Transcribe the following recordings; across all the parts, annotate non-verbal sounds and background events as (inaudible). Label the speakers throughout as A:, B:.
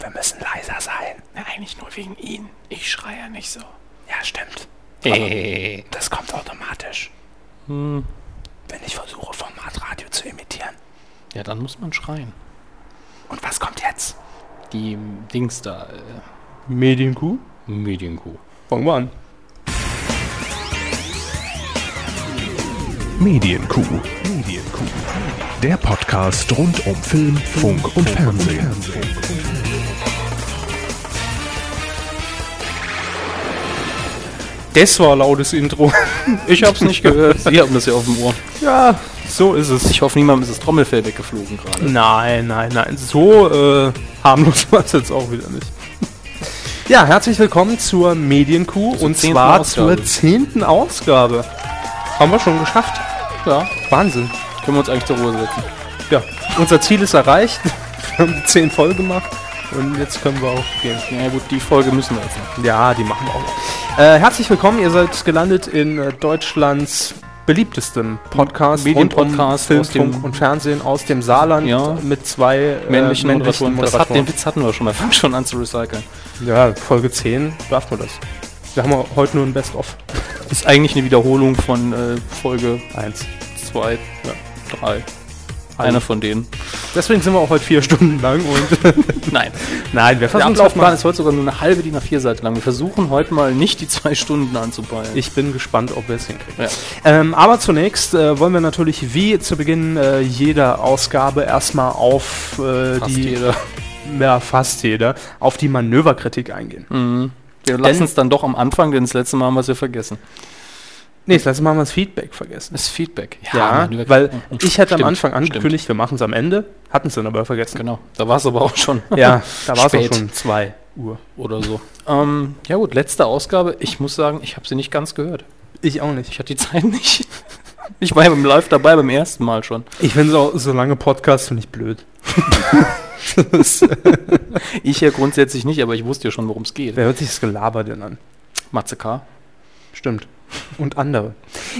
A: wir müssen leiser sein.
B: Na, eigentlich nur wegen Ihnen. Ich schreie ja nicht so.
A: Ja, stimmt.
C: Hey.
A: Das kommt automatisch.
D: Hm.
A: Wenn ich versuche, Formatradio zu imitieren.
C: Ja, dann muss man schreien.
A: Und was kommt jetzt?
C: Die Dings da, äh,
E: Medienkuh?
C: Medienkuh.
E: Fangen wir an.
D: Medienkuh. Der Podcast rund um Film, Funk und Fernsehen.
E: Das war lautes Intro. (laughs)
C: Ich hab's nicht gehört. (laughs) Sie haben das ja auf dem Ohr.
E: ja, so ist es.
C: Ich hoffe, niemandem ist das Trommelfell weggeflogen gerade.
E: Nein, nein, nein. So äh, harmlos (laughs) war es jetzt auch wieder nicht. Ja, herzlich willkommen zur Medienkuh
C: Zur
E: und
C: zehnten
E: zwar
C: Ausgabe.
E: zur zehnten Ausgabe. Haben wir schon geschafft.
C: Ja,
E: Wahnsinn.
C: können wir uns eigentlich zur Ruhe setzen.
E: Ja, unser Ziel ist erreicht. (laughs) Wir haben zehn voll gemacht und jetzt können wir auch gehen.
C: Na ja, gut, die Folge müssen wir jetzt noch.
E: Ja, die machen wir auch noch. Äh, herzlich willkommen, ihr seid gelandet in äh, Deutschlands beliebtestem Podcast,
C: Medienpodcast
E: rund um
C: aus
E: Film,
C: dem-
E: Funk und Fernsehen aus dem Saarland
C: Ja.
E: mit zwei äh,
C: Männlichen, Moderatoren. Das hat,
E: Moderatoren.
C: den Witz hatten wir schon mal. Fang schon an zu recyceln.
E: Ja, Folge 10 darf man das. Wir haben auch heute nur ein Best-of.
C: Ist eigentlich eine Wiederholung von äh, Folge
E: Eins.
C: 2, 3. Einer von denen.
E: Deswegen sind wir auch heute vier (laughs) Stunden lang
C: (laughs)
E: und
C: Nein.
E: nein, wir
C: Der
E: versuchen es
C: Ablaufplan
E: mal.
C: ist heute sogar nur eine halbe DIN A4 Seite lang. Wir versuchen heute mal nicht die zwei Stunden anzupeilen.
E: Ich bin gespannt, ob wir es hinkriegen.
C: Ja.
E: Ähm, aber zunächst äh, wollen wir natürlich wie zu Beginn äh, jeder Ausgabe erstmal auf äh,
C: Fast
E: die
C: jeder.
E: ja, fast jeder, auf die Manöverkritik eingehen.
C: Mhm. Wir lassen es dann doch am Anfang, denn das letzte Mal haben wir es ja vergessen.
E: Nee, das letzte Mal haben wir das Feedback vergessen.
C: Das Feedback.
E: Ja,
C: Mann, wir-
E: weil ich hätte am
C: Oh, Stimmt,
E: Anfang
C: stimmt.
E: angekündigt, wir machen es am Ende, hatten es dann aber vergessen.
C: Genau, da war es aber auch schon. (laughs)
E: Ja, da war es auch
C: Genau. Spät.
E: schon 2 Uhr.
C: Oder so. Ähm, ja gut, letzte Ausgabe. Ich muss sagen, ich habe sie nicht ganz gehört.
E: Ich auch nicht.
C: Ich hatte die (laughs) Zeit nicht. Ich war ja beim Live dabei, beim ersten Mal schon.
E: Ich finde so, so lange Podcasts finde ich blöd.
C: Ich ja grundsätzlich nicht, aber ich wusste ja schon, worum es geht.
E: Wer hört sich das Gelaber denn an?
C: Matze K.
E: Stimmt. Und andere.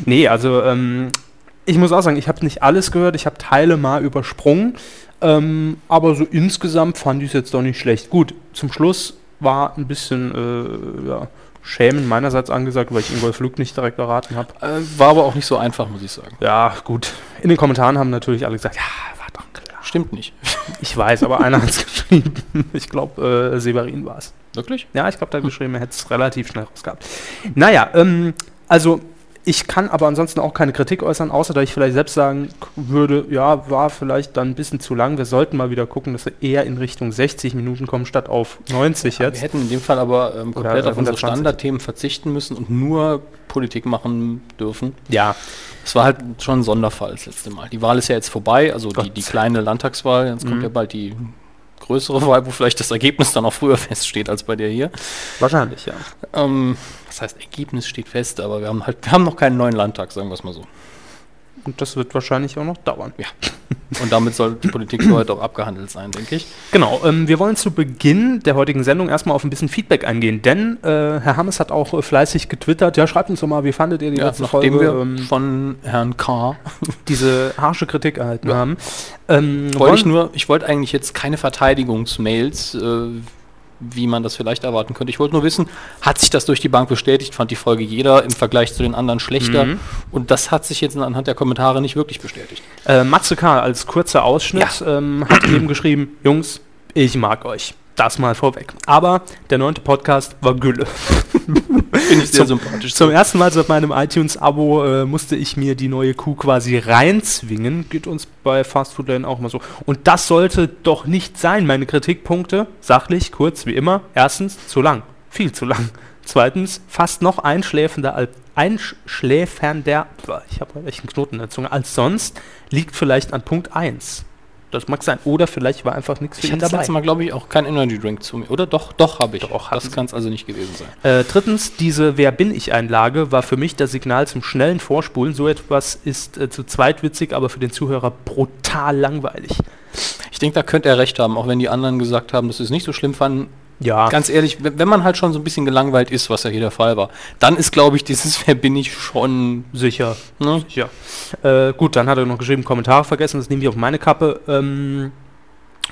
E: Nee, also ähm, ich muss auch sagen, ich habe nicht alles gehört, ich habe Teile mal übersprungen, ähm, aber so insgesamt fand ich es jetzt doch nicht schlecht. Gut, zum Schluss war ein bisschen äh, ja, Schämen meinerseits angesagt, weil ich Ingolf Luck nicht direkt erraten habe.
C: Äh, war aber auch nicht so einfach, muss ich sagen.
E: Ja, gut. In den Kommentaren haben natürlich alle gesagt, ja, war doch klar.
C: Stimmt nicht.
E: Ich weiß, aber einer hat es (laughs) geschrieben. Ich glaube, äh, Severin war es.
C: Wirklich?
E: Ja, ich glaube, da hat geschrieben, er hätte es relativ schnell rausgehabt. Naja, ähm, also ich kann aber ansonsten auch keine Kritik äußern, außer dass ich vielleicht selbst sagen k- würde, ja, war vielleicht dann ein bisschen zu lang. Wir sollten mal wieder gucken, dass wir eher in Richtung 60 Minuten kommen, statt auf 90
C: Wir
E: jetzt.
C: hätten in dem Fall aber ähm,
E: Oder,
C: komplett
E: äh,
C: auf unsere
E: 120.
C: Standardthemen verzichten müssen und nur Politik machen dürfen.
E: Ja,
C: Es war halt schon ein Sonderfall das letzte Mal. Die Wahl ist ja jetzt vorbei, also die,
E: Gott Mhm.
C: die
E: sei
C: kleine Landtagswahl. Jetzt kommt ja bald die größere Wahl, wo vielleicht das Ergebnis dann auch früher (laughs) feststeht als bei der hier.
E: wahrscheinlich, ja.
C: Ähm, das heißt, Ergebnis steht fest, aber wir haben halt, wir haben noch keinen neuen Landtag, sagen wir es mal so.
E: Und das wird wahrscheinlich auch noch dauern.
C: Und damit soll die
E: (clears throat)
C: Politik für heute auch abgehandelt sein, denke ich.
E: Genau, ähm, wir wollen zu Beginn der heutigen Sendung erstmal auf ein bisschen Feedback eingehen, denn äh, Herr Hammes hat auch äh, fleißig getwittert, ja, schreibt uns doch mal, wie fandet ihr die letzte
C: nachdem
E: Folge,
C: wir
E: ähm,
C: von Herrn K.
E: diese harsche Kritik erhalten haben. Ähm,
C: wollte ich
E: wollen-
C: nur, ich wollte eigentlich jetzt keine Verteidigungsmails, äh, wie man das vielleicht erwarten könnte. Ich wollte nur wissen, hat sich das durch die Bank bestätigt? Fand die Folge jeder im Vergleich zu den anderen schlechter? Und das hat sich jetzt anhand der Kommentare nicht wirklich bestätigt.
E: Äh, Matze K. als kurzer Ausschnitt ähm, hat eben geschrieben, Jungs, ich mag euch. Das mal vorweg. Aber der neunte Podcast war Gülle.
C: (laughs) Finde ich
E: sehr
C: sympathisch.
E: Zum ersten Mal seit meinem iTunes-Abo äh, musste ich mir die neue Kuh quasi reinzwingen. Geht uns bei Fast Food Lane auch mal so. Und das sollte doch nicht sein. Meine Kritikpunkte, sachlich, kurz wie immer. Erstens, zu lang. Viel zu lang. Zweitens, fast noch einschläfender als einschläfernder, ich habe echt einen Knoten in der Zunge, als sonst, liegt vielleicht an Punkt 1. Das mag sein. Oder vielleicht war einfach nichts für
C: ich
E: ihn
C: hatte das
E: dabei.
C: letzte Mal, glaube ich, auch keinen Energy Drink zu mir. Oder doch, doch habe ich.
E: Doch, hatten
C: das kann es also nicht gewesen sein.
E: Äh, drittens, diese Wer bin ich Einlage war für mich das Signal zum schnellen Vorspulen. So etwas ist äh, zu zweit witzig, aber für den Zuhörer brutal langweilig.
C: Ich denke, da könnte er recht haben, auch wenn die anderen gesagt haben, dass sie es nicht so schlimm fanden.
E: Ja,
C: Ganz ehrlich, wenn wenn man halt schon so ein bisschen gelangweilt ist, was ja hier der Fall war, dann ist, glaube ich, dieses (laughs) Wer bin ich schon.
E: sicher.
C: Ne?
E: sicher. Äh, gut, dann hat er noch geschrieben, Kommentare vergessen, das nehmen wir auf meine Kappe. Ähm,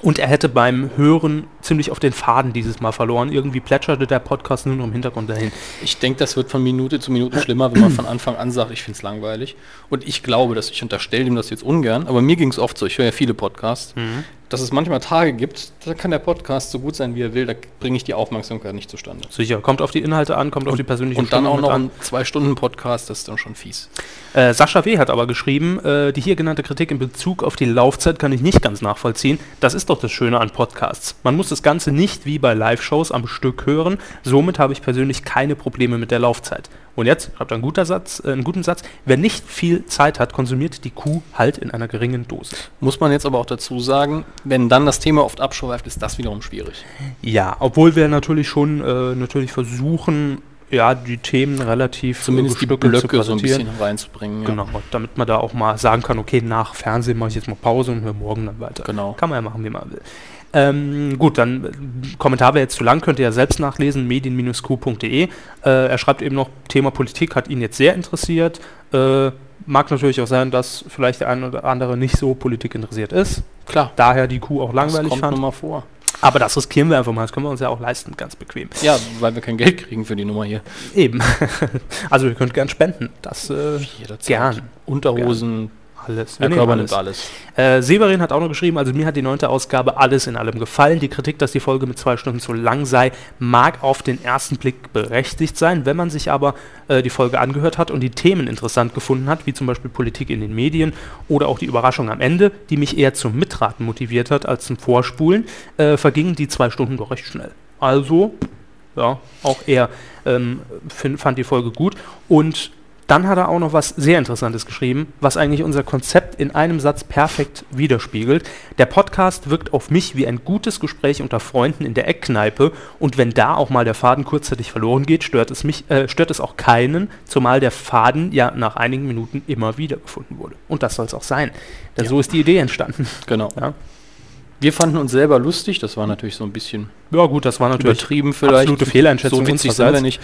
E: Und er hätte beim Hören ziemlich auf den Faden dieses Mal verloren. Irgendwie plätscherte der Podcast nur noch im Hintergrund dahin.
C: Ich denke, das wird von Minute zu Minute schlimmer, wenn man von Anfang an sagt, ich finde es langweilig. Und ich glaube, dass ich unterstelle dem das jetzt ungern, aber mir ging es oft so, ich höre ja viele Podcasts,
E: Mhm.
C: dass es manchmal Tage gibt, da kann der Podcast so gut sein, wie er will, da bringe ich die Aufmerksamkeit nicht zustande.
E: Sicher, kommt auf die Inhalte an, kommt auf die persönlichen
C: Und dann
E: Stimme
C: auch
E: mit
C: noch
E: an.
C: ein Zwei-Stunden-Podcast, das ist dann schon fies.
E: Äh, Sascha W. hat aber geschrieben, äh, die hier genannte Kritik in Bezug auf die Laufzeit kann ich nicht ganz nachvollziehen. Das ist doch das Schöne an Podcasts. Man muss das Ganze nicht wie bei Live-Shows am Stück hören. Somit habe ich persönlich keine Probleme mit der Laufzeit. Und jetzt habt ihr einen, guter Satz, äh, einen guten Satz. Wer nicht viel Zeit hat, konsumiert die Kuh halt in einer geringen Dosis.
C: Muss man jetzt aber auch dazu sagen, wenn dann das Thema oft abschweift, ist das wiederum schwierig.
E: Ja, obwohl wir natürlich schon äh, natürlich versuchen, ja, die Themen relativ äh,
C: Zumindest die
E: gestückelt
C: Blöcke so ein
E: präsentieren.
C: bisschen reinzubringen. ja.
E: Genau, damit man da auch mal sagen kann, okay, nach Fernsehen mache ich jetzt mal Pause und höre morgen dann weiter.
C: Genau.
E: Kann man ja machen, wie man will. Ähm, gut, dann äh, Kommentar wäre jetzt zu lang, könnt ihr ja selbst nachlesen, medien-q.de. Äh, er schreibt eben noch, Thema Politik hat ihn jetzt sehr interessiert. Äh, mag natürlich auch sein, dass vielleicht der eine oder andere nicht so Politik interessiert ist.
C: Klar.
E: Daher die Kuh auch langweilig
C: kommt
E: fand.
C: nun mal vor.
E: Aber das riskieren wir einfach mal, das können wir uns ja auch leisten, ganz bequem.
C: Ja, weil wir kein Geld kriegen für die Nummer hier.
E: Eben. (laughs) also ihr könnt gern spenden, das äh,
C: Jederzeit.
E: gern.
C: Unterhosen,
E: Alles.
C: der
E: Wir nehmen
C: Körper
E: alles.
C: nimmt alles.
E: Äh, Severin hat auch noch geschrieben, also mir hat die neunte Ausgabe alles in allem gefallen. Die Kritik, dass die Folge mit zwei Stunden zu lang sei, mag auf den ersten Blick berechtigt sein. Wenn man sich aber äh, die Folge angehört hat und die Themen interessant gefunden hat, wie zum Beispiel Politik in den Medien oder auch die Überraschung am Ende, die mich eher zum Mitraten motiviert hat als zum Vorspulen, äh, vergingen die zwei Stunden doch recht schnell. Also, ja, auch er ähm, fin- fand die Folge gut. Und dann hat er auch noch was sehr Interessantes geschrieben, was eigentlich unser Konzept in einem Satz perfekt widerspiegelt. Der Podcast wirkt auf mich wie ein gutes Gespräch unter Freunden in der Eckkneipe und wenn da auch mal der Faden kurzzeitig verloren geht, stört es mich, äh, stört es auch keinen, zumal der Faden ja nach einigen Minuten immer wieder gefunden wurde. Und das soll es auch sein, denn so ist die Idee entstanden.
C: Genau.
E: Ja.
C: Wir fanden uns selber lustig, das war natürlich so ein bisschen
E: Ja gut, das war natürlich
C: übertrieben vielleicht.
E: absolute Fehleinschätzung
C: So witzig sind
E: unsererseits.
C: wir nicht.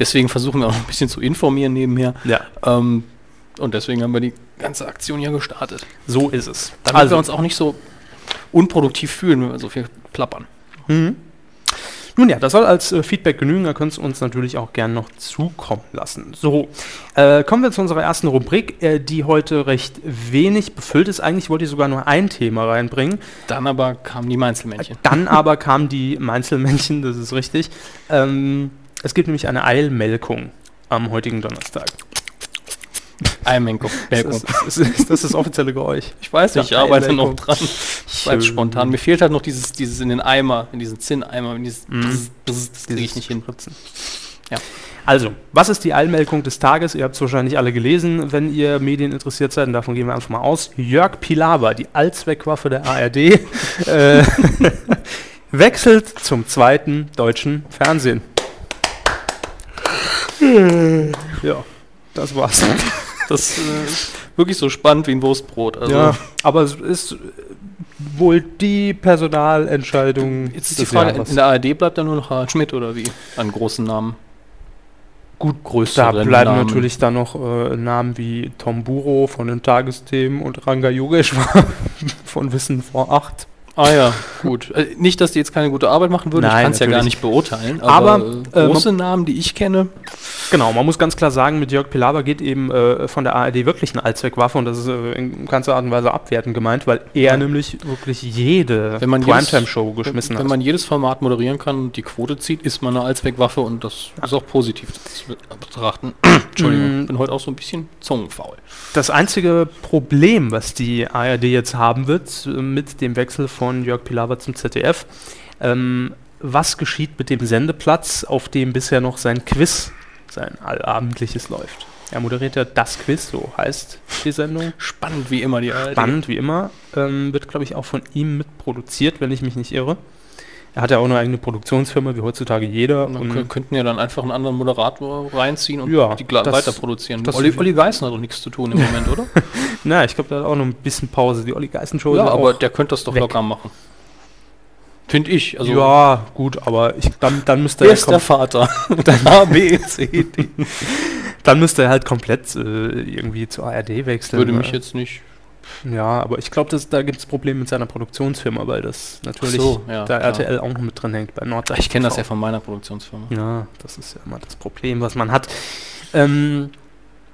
C: Deswegen versuchen wir auch ein bisschen zu informieren nebenher.
E: ja,
C: Ähm, und deswegen haben wir die ganze Aktion ja gestartet.
E: so ist es.
C: Damit wir uns auch nicht so unproduktiv fühlen, wenn wir so viel plappern.
E: Nun ja, das soll als äh, Feedback genügen. Da könnt ihr uns natürlich auch gern noch zukommen lassen. So, äh, kommen wir zu unserer ersten Rubrik, äh, die heute recht wenig befüllt ist. Eigentlich wollte ich sogar nur ein Thema reinbringen.
C: Dann aber kamen die Meinzelmännchen.
E: Dann aber kamen die Meinzelmännchen, das ist richtig. Ähm, es gibt nämlich eine Eilmelkung am heutigen Donnerstag.
C: Einmenkung, Melkung.
E: Ist, das- ist, ist das das offizielle Geräusch?
C: Ich weiß nicht, ich
E: Ja,
C: arbeite noch
E: Eilmelkung.
C: dran. Ich war jetzt spontan. Mir fehlt halt noch dieses, dieses in den Eimer, in diesen Zinneimer, in dieses,
E: Mhm.
C: Bzz, Bzz, das kriege ich nicht hin.
E: Also, was ist die Allmeldung des Tages? Ihr habt es wahrscheinlich alle gelesen, wenn ihr Medien interessiert seid, und davon gehen wir einfach mal aus. Jörg Pilawa, die Allzweckwaffe der ARD, (laughs) äh, wechselt zum zweiten deutschen Fernsehen.
C: Hm.
E: ja, das war's.
C: Das äh, ist wirklich so spannend wie ein Wurstbrot. Also
E: ja, aber es ist äh, wohl die Personalentscheidung.
C: Jetzt ist die
E: des
C: Frage,
E: Jahres.
C: in der ARD bleibt dann nur noch Harald Schmidt oder wie? An großen Namen.
E: Gut,
C: größeren
E: Da bleiben
C: Namen.
E: natürlich dann noch äh, Namen wie Tom Buro von den Tagesthemen und Ranga Yogeshwar (laughs) von Wissen vor acht.
C: Ah ja, gut. Äh, nicht, dass die jetzt keine gute Arbeit machen würden, ich
E: Nein,
C: kann es ja gar
E: natürlich.
C: nicht beurteilen.
E: Aber,
C: äh,
E: äh,
C: große Namen, die ich kenne,
E: Genau, man muss ganz klar sagen, mit Jörg Pilawa geht eben äh, von der ARD wirklich eine Allzweckwaffe und das ist äh, in ganzer Art und Weise abwertend gemeint, weil er nämlich wirklich jede
C: Wenn man jedes-
E: Primetime-Show
C: wenn,
E: geschmissen
C: wenn
E: hat.
C: man jedes Format moderieren kann und die Quote zieht, ist man eine Allzweckwaffe und das ist auch positiv zu äh,
E: (clears throat)
C: betrachten. Entschuldigung,
E: Mm.
C: bin heute auch so ein bisschen zungenfaul.
E: Das einzige Problem, was die ARD jetzt haben wird äh, mit dem Wechsel von Jörg Pilawa zum ZDF, ähm, was geschieht mit dem Sendeplatz, auf dem bisher noch sein Quiz, sein allabendliches läuft? Er moderiert ja das Quiz, so heißt die Sendung.
C: Spannend wie immer die ARD.
E: Spannend wie immer, ähm, wird glaube ich auch von ihm mitproduziert, wenn ich mich nicht irre. Er hat ja auch eine eigene Produktionsfirma, wie heutzutage jeder.
C: Und dann
E: und-
C: kö- könnten ja dann einfach einen anderen Moderator reinziehen und
E: Mm. Ja,
C: die gla-
E: das-
C: weiter produzieren.
E: das-
C: Olli, Olli Geißen hat doch nichts zu tun im Moment, oder?
E: (laughs) na, ich glaube, da hat auch noch ein bisschen Pause. Die Olli Geißen-Show
C: ja,
E: ist
C: aber
E: auch-
C: der könnte das doch
E: weg.
C: locker machen. Finde ich. Also
E: ja, gut, aber ich, dann, dann müsste
C: wer
E: er
C: ist der Vater? A, B, C, D.
E: Dann müsste er halt komplett äh, irgendwie zur ARD wechseln.
C: Würde
E: oder?
C: mich jetzt nicht
E: Ja, aber ich glaube, da gibt es Probleme mit seiner Produktionsfirma, weil das natürlich
C: so, ja,
E: da
C: klar.
E: RTL auch noch mit drin hängt bei Norddeich.
C: Ich kenne das ja von meiner Produktionsfirma.
E: Ja, das ist ja immer das Problem, was man hat. Ähm,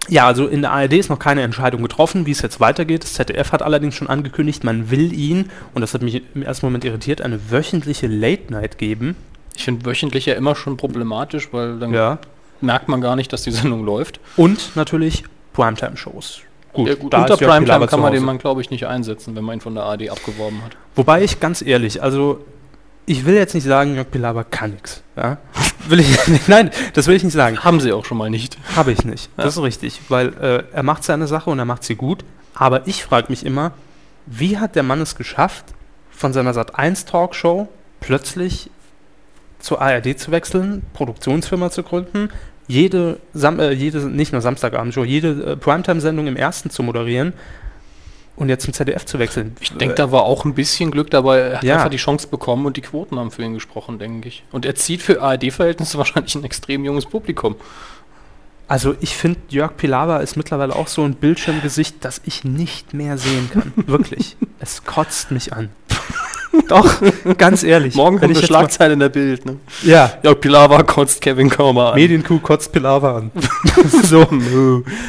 E: ja, also in der ARD ist noch keine Entscheidung getroffen, wie es jetzt weitergeht. Das ZDF hat allerdings schon angekündigt, man will ihn, und das hat mich im ersten Moment irritiert, eine wöchentliche Late-Night geben.
C: Ich finde wöchentlich ja immer schon problematisch, weil dann
E: Ja.
C: merkt man gar nicht, dass die Sendung läuft.
E: Und natürlich Primetime-Shows. Gut,
C: Ja,
E: da
C: unter
E: ist Jörg Pilawa
C: Primetime
E: zu
C: kann man den
E: Hause.
C: Mann, glaube ich, nicht einsetzen, wenn man ihn von der ARD abgeworben hat.
E: Wobei ich ganz ehrlich, also ich will jetzt nicht sagen, Jörg Pilawa kann nix. Ja? Will ich (laughs) nicht, nein, das will ich nicht sagen.
C: Haben sie auch schon mal nicht.
E: Habe ich nicht. Das ist richtig, weil äh, er macht seine Sache und er macht sie gut. Aber ich frage mich immer, wie hat der Mann es geschafft, von seiner Sat 1 Talkshow plötzlich zur ARD zu wechseln, Produktionsfirma zu gründen, jede, Sam äh, jede nicht nur Samstagabendshow, jede äh, Primetime-Sendung im ersten zu moderieren und jetzt zum ZDF zu wechseln.
C: Ich denke, da war auch ein bisschen Glück dabei. Er hat
E: Ja.
C: einfach die Chance bekommen und die Quoten haben für ihn gesprochen, denke ich. Und er zieht für ARD-Verhältnisse (laughs) wahrscheinlich ein extrem junges Publikum.
E: Also ich finde, Jörg Pilawa ist mittlerweile auch so ein Bildschirmgesicht, das ich nicht mehr sehen kann. (laughs) Wirklich. Es kotzt mich an. Doch, ganz ehrlich. Wenn ich jetzt mal-
C: in der Bild. Ne?
E: Ja,
C: Jörg Pilawa kotzt Kevin Kaumer an.
E: Medienkuh kotzt Pilawa an. (laughs) so.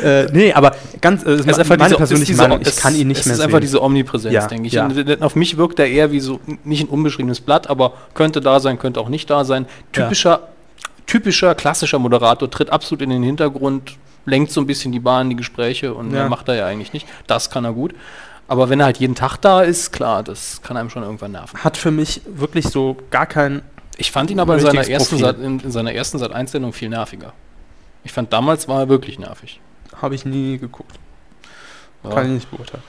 E: äh, nee, aber ganz, äh, es ist einfach meine persönliche Meinung. Ich kann ihn nicht
C: es
E: mehr
C: ist
E: sehen.
C: einfach diese Omnipräsenz,
E: Ja,
C: denke ich.
E: ja.
C: Und, äh, Auf mich wirkt er eher wie so n- nicht ein unbeschriebenes Blatt, aber könnte da sein, könnte auch nicht da sein.
E: Ja.
C: Typischer, typischer klassischer Moderator tritt absolut in den Hintergrund, lenkt so ein bisschen die Bahn, die Gespräche und
E: Ja.
C: mehr macht er ja eigentlich nicht. Das kann er gut. Aber wenn er halt jeden Tag da ist, klar, das kann einem schon irgendwann nerven.
E: hat für mich wirklich so gar keinen.
C: Ich fand ihn aber in
E: Richtiges
C: seiner, ersten
E: Profil.
C: Sat, in, in seiner ersten Sat-1-Sendung viel nerviger. Ich fand damals war er wirklich nervig.
E: Habe ich nie geguckt.
C: Ja.
E: Kann ich nicht beurteilen.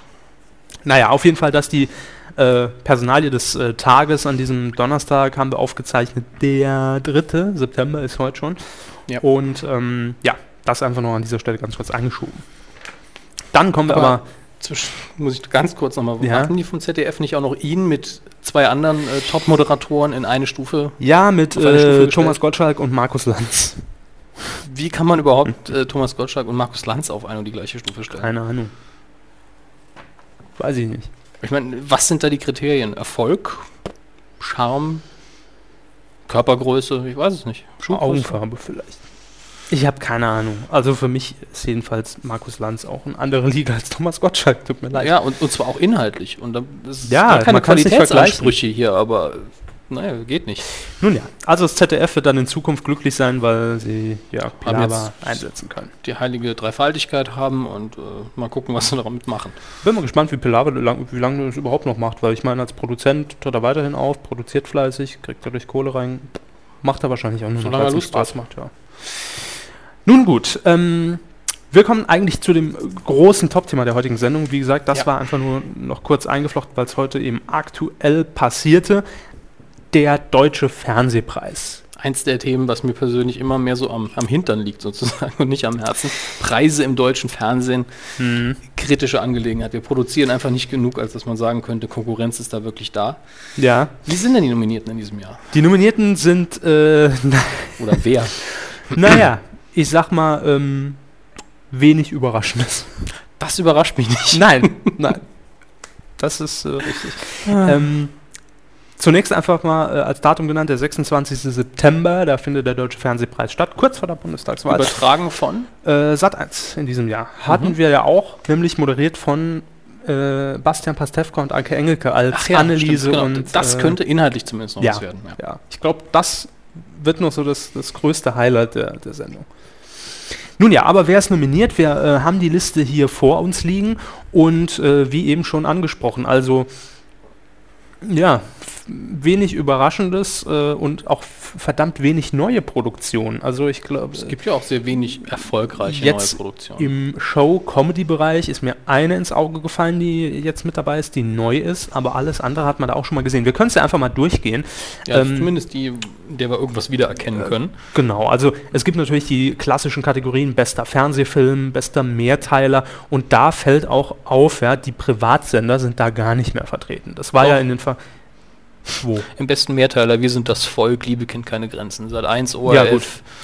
E: Naja, auf jeden Fall, dass die äh, Personalie des äh, Tages an diesem Donnerstag haben wir aufgezeichnet. Der 3. September ist heute schon.
C: Ja.
E: Und ähm, ja, das einfach nur an dieser Stelle ganz kurz angeschoben. Dann kommen wir
C: Aber-
E: aber
C: Zwisch- muss ich ganz kurz nochmal,
E: Ja.
C: hatten die vom ZDF nicht auch noch ihn mit zwei anderen äh, Top-Moderatoren in eine Stufe?
E: Ja, mit
C: Auf eine Stufe
E: äh,
C: gestellt.
E: Thomas Gottschalk und Markus Lanz.
C: Wie kann man überhaupt
E: Hm.
C: äh, Thomas Gottschalk und Markus Lanz auf eine und die gleiche Stufe stellen?
E: Keine Ahnung. Weiß ich nicht.
C: Ich meine, was sind da die Kriterien? Erfolg, Charme, Körpergröße, ich weiß es nicht.
E: Augenfarbe vielleicht. Ich habe keine Ahnung. Also für mich ist jedenfalls Markus Lanz auch eine andere (laughs) Liga als Thomas Gottschalk. Tut mir leid.
C: Ja, und, und zwar auch inhaltlich. Und da ist
E: Ja,
C: gar keine
E: man kann's nicht
C: Qualitätsansprüche hier, aber äh, naja, geht nicht.
E: Nun ja, also das ZDF wird dann in Zukunft glücklich sein, weil sie ja, Pilawa
C: jetzt-
E: einsetzen können.
C: Die heilige Dreifaltigkeit haben und äh, mal gucken, was sie damit machen.
E: Bin mal gespannt, wie Pilawa lang, wie lange das überhaupt noch macht, weil ich meine, als Produzent tritt er weiterhin auf, produziert fleißig, kriegt dadurch Kohle rein, macht er wahrscheinlich auch nur
C: Solange
E: weil's
C: er
E: ihm
C: Lust
E: Spaß macht, ja. Nun gut, ähm, wir kommen eigentlich zu dem großen Top-Thema der heutigen Sendung. Wie gesagt, das
C: Ja.
E: war einfach nur noch kurz eingeflochten, weil es heute eben aktuell passierte. Der Deutsche Fernsehpreis.
C: Eins der Themen, was mir persönlich immer mehr so am, am Hintern liegt sozusagen (laughs) und nicht am Herzen. Preise im deutschen Fernsehen, Hm. kritische Angelegenheit. Wir produzieren einfach nicht genug, als dass man sagen könnte, Konkurrenz ist da wirklich da.
E: Ja.
C: Wie sind denn die Nominierten in diesem Jahr?
E: Die Nominierten sind äh, (laughs)
C: Oder wer?
E: Naja, ich sag mal, ähm, wenig Überraschendes.
C: Das überrascht mich nicht.
E: Nein, nein. Das ist
C: (laughs)
E: äh, richtig. ähm, zunächst einfach mal äh, als Datum genannt, der 26. September, da findet der Deutsche Fernsehpreis statt, kurz vor der Bundestagswahl.
C: Übertragen von?
E: Äh, Sat1 in diesem Jahr. Hatten
C: Mhm.
E: wir ja auch, nämlich moderiert von äh, Bastian Pastewka und Anke Engelke als Anneliese
C: stimmt, genau.
E: und.
C: Das
E: äh,
C: könnte inhaltlich zumindest noch
E: ja.
C: was werden. Ja.
E: ja, ich glaube, das wird noch so das, das größte Highlight der, der Sendung. Nun ja, aber wer ist nominiert? Wir äh, haben die Liste hier vor uns liegen und äh, wie eben schon angesprochen, also ja, f- wenig Überraschendes äh, und auch f- verdammt wenig neue Produktionen. Also ich glaube,
C: Es gibt ja auch sehr wenig erfolgreiche
E: Jetzt
C: neue Produktionen.
E: im Show-Comedy-Bereich ist mir eine ins Auge gefallen, die jetzt mit dabei ist, die neu ist, aber alles andere hat man da auch schon mal gesehen. Wir können es ja einfach mal durchgehen.
C: Ja,
E: ähm,
C: zumindest die, der wir irgendwas wiedererkennen können.
E: Genau, also es gibt natürlich die klassischen Kategorien bester Fernsehfilm, bester Mehrteiler und da fällt auch auf, ja, die Privatsender sind da gar nicht mehr vertreten. Das war
C: Doch.
E: ja in den Ver Wo?
C: Im besten Mehrteiler, wir sind das Volk, Liebe kennt keine Grenzen. Seit 1 ORF.
E: Ja, gut.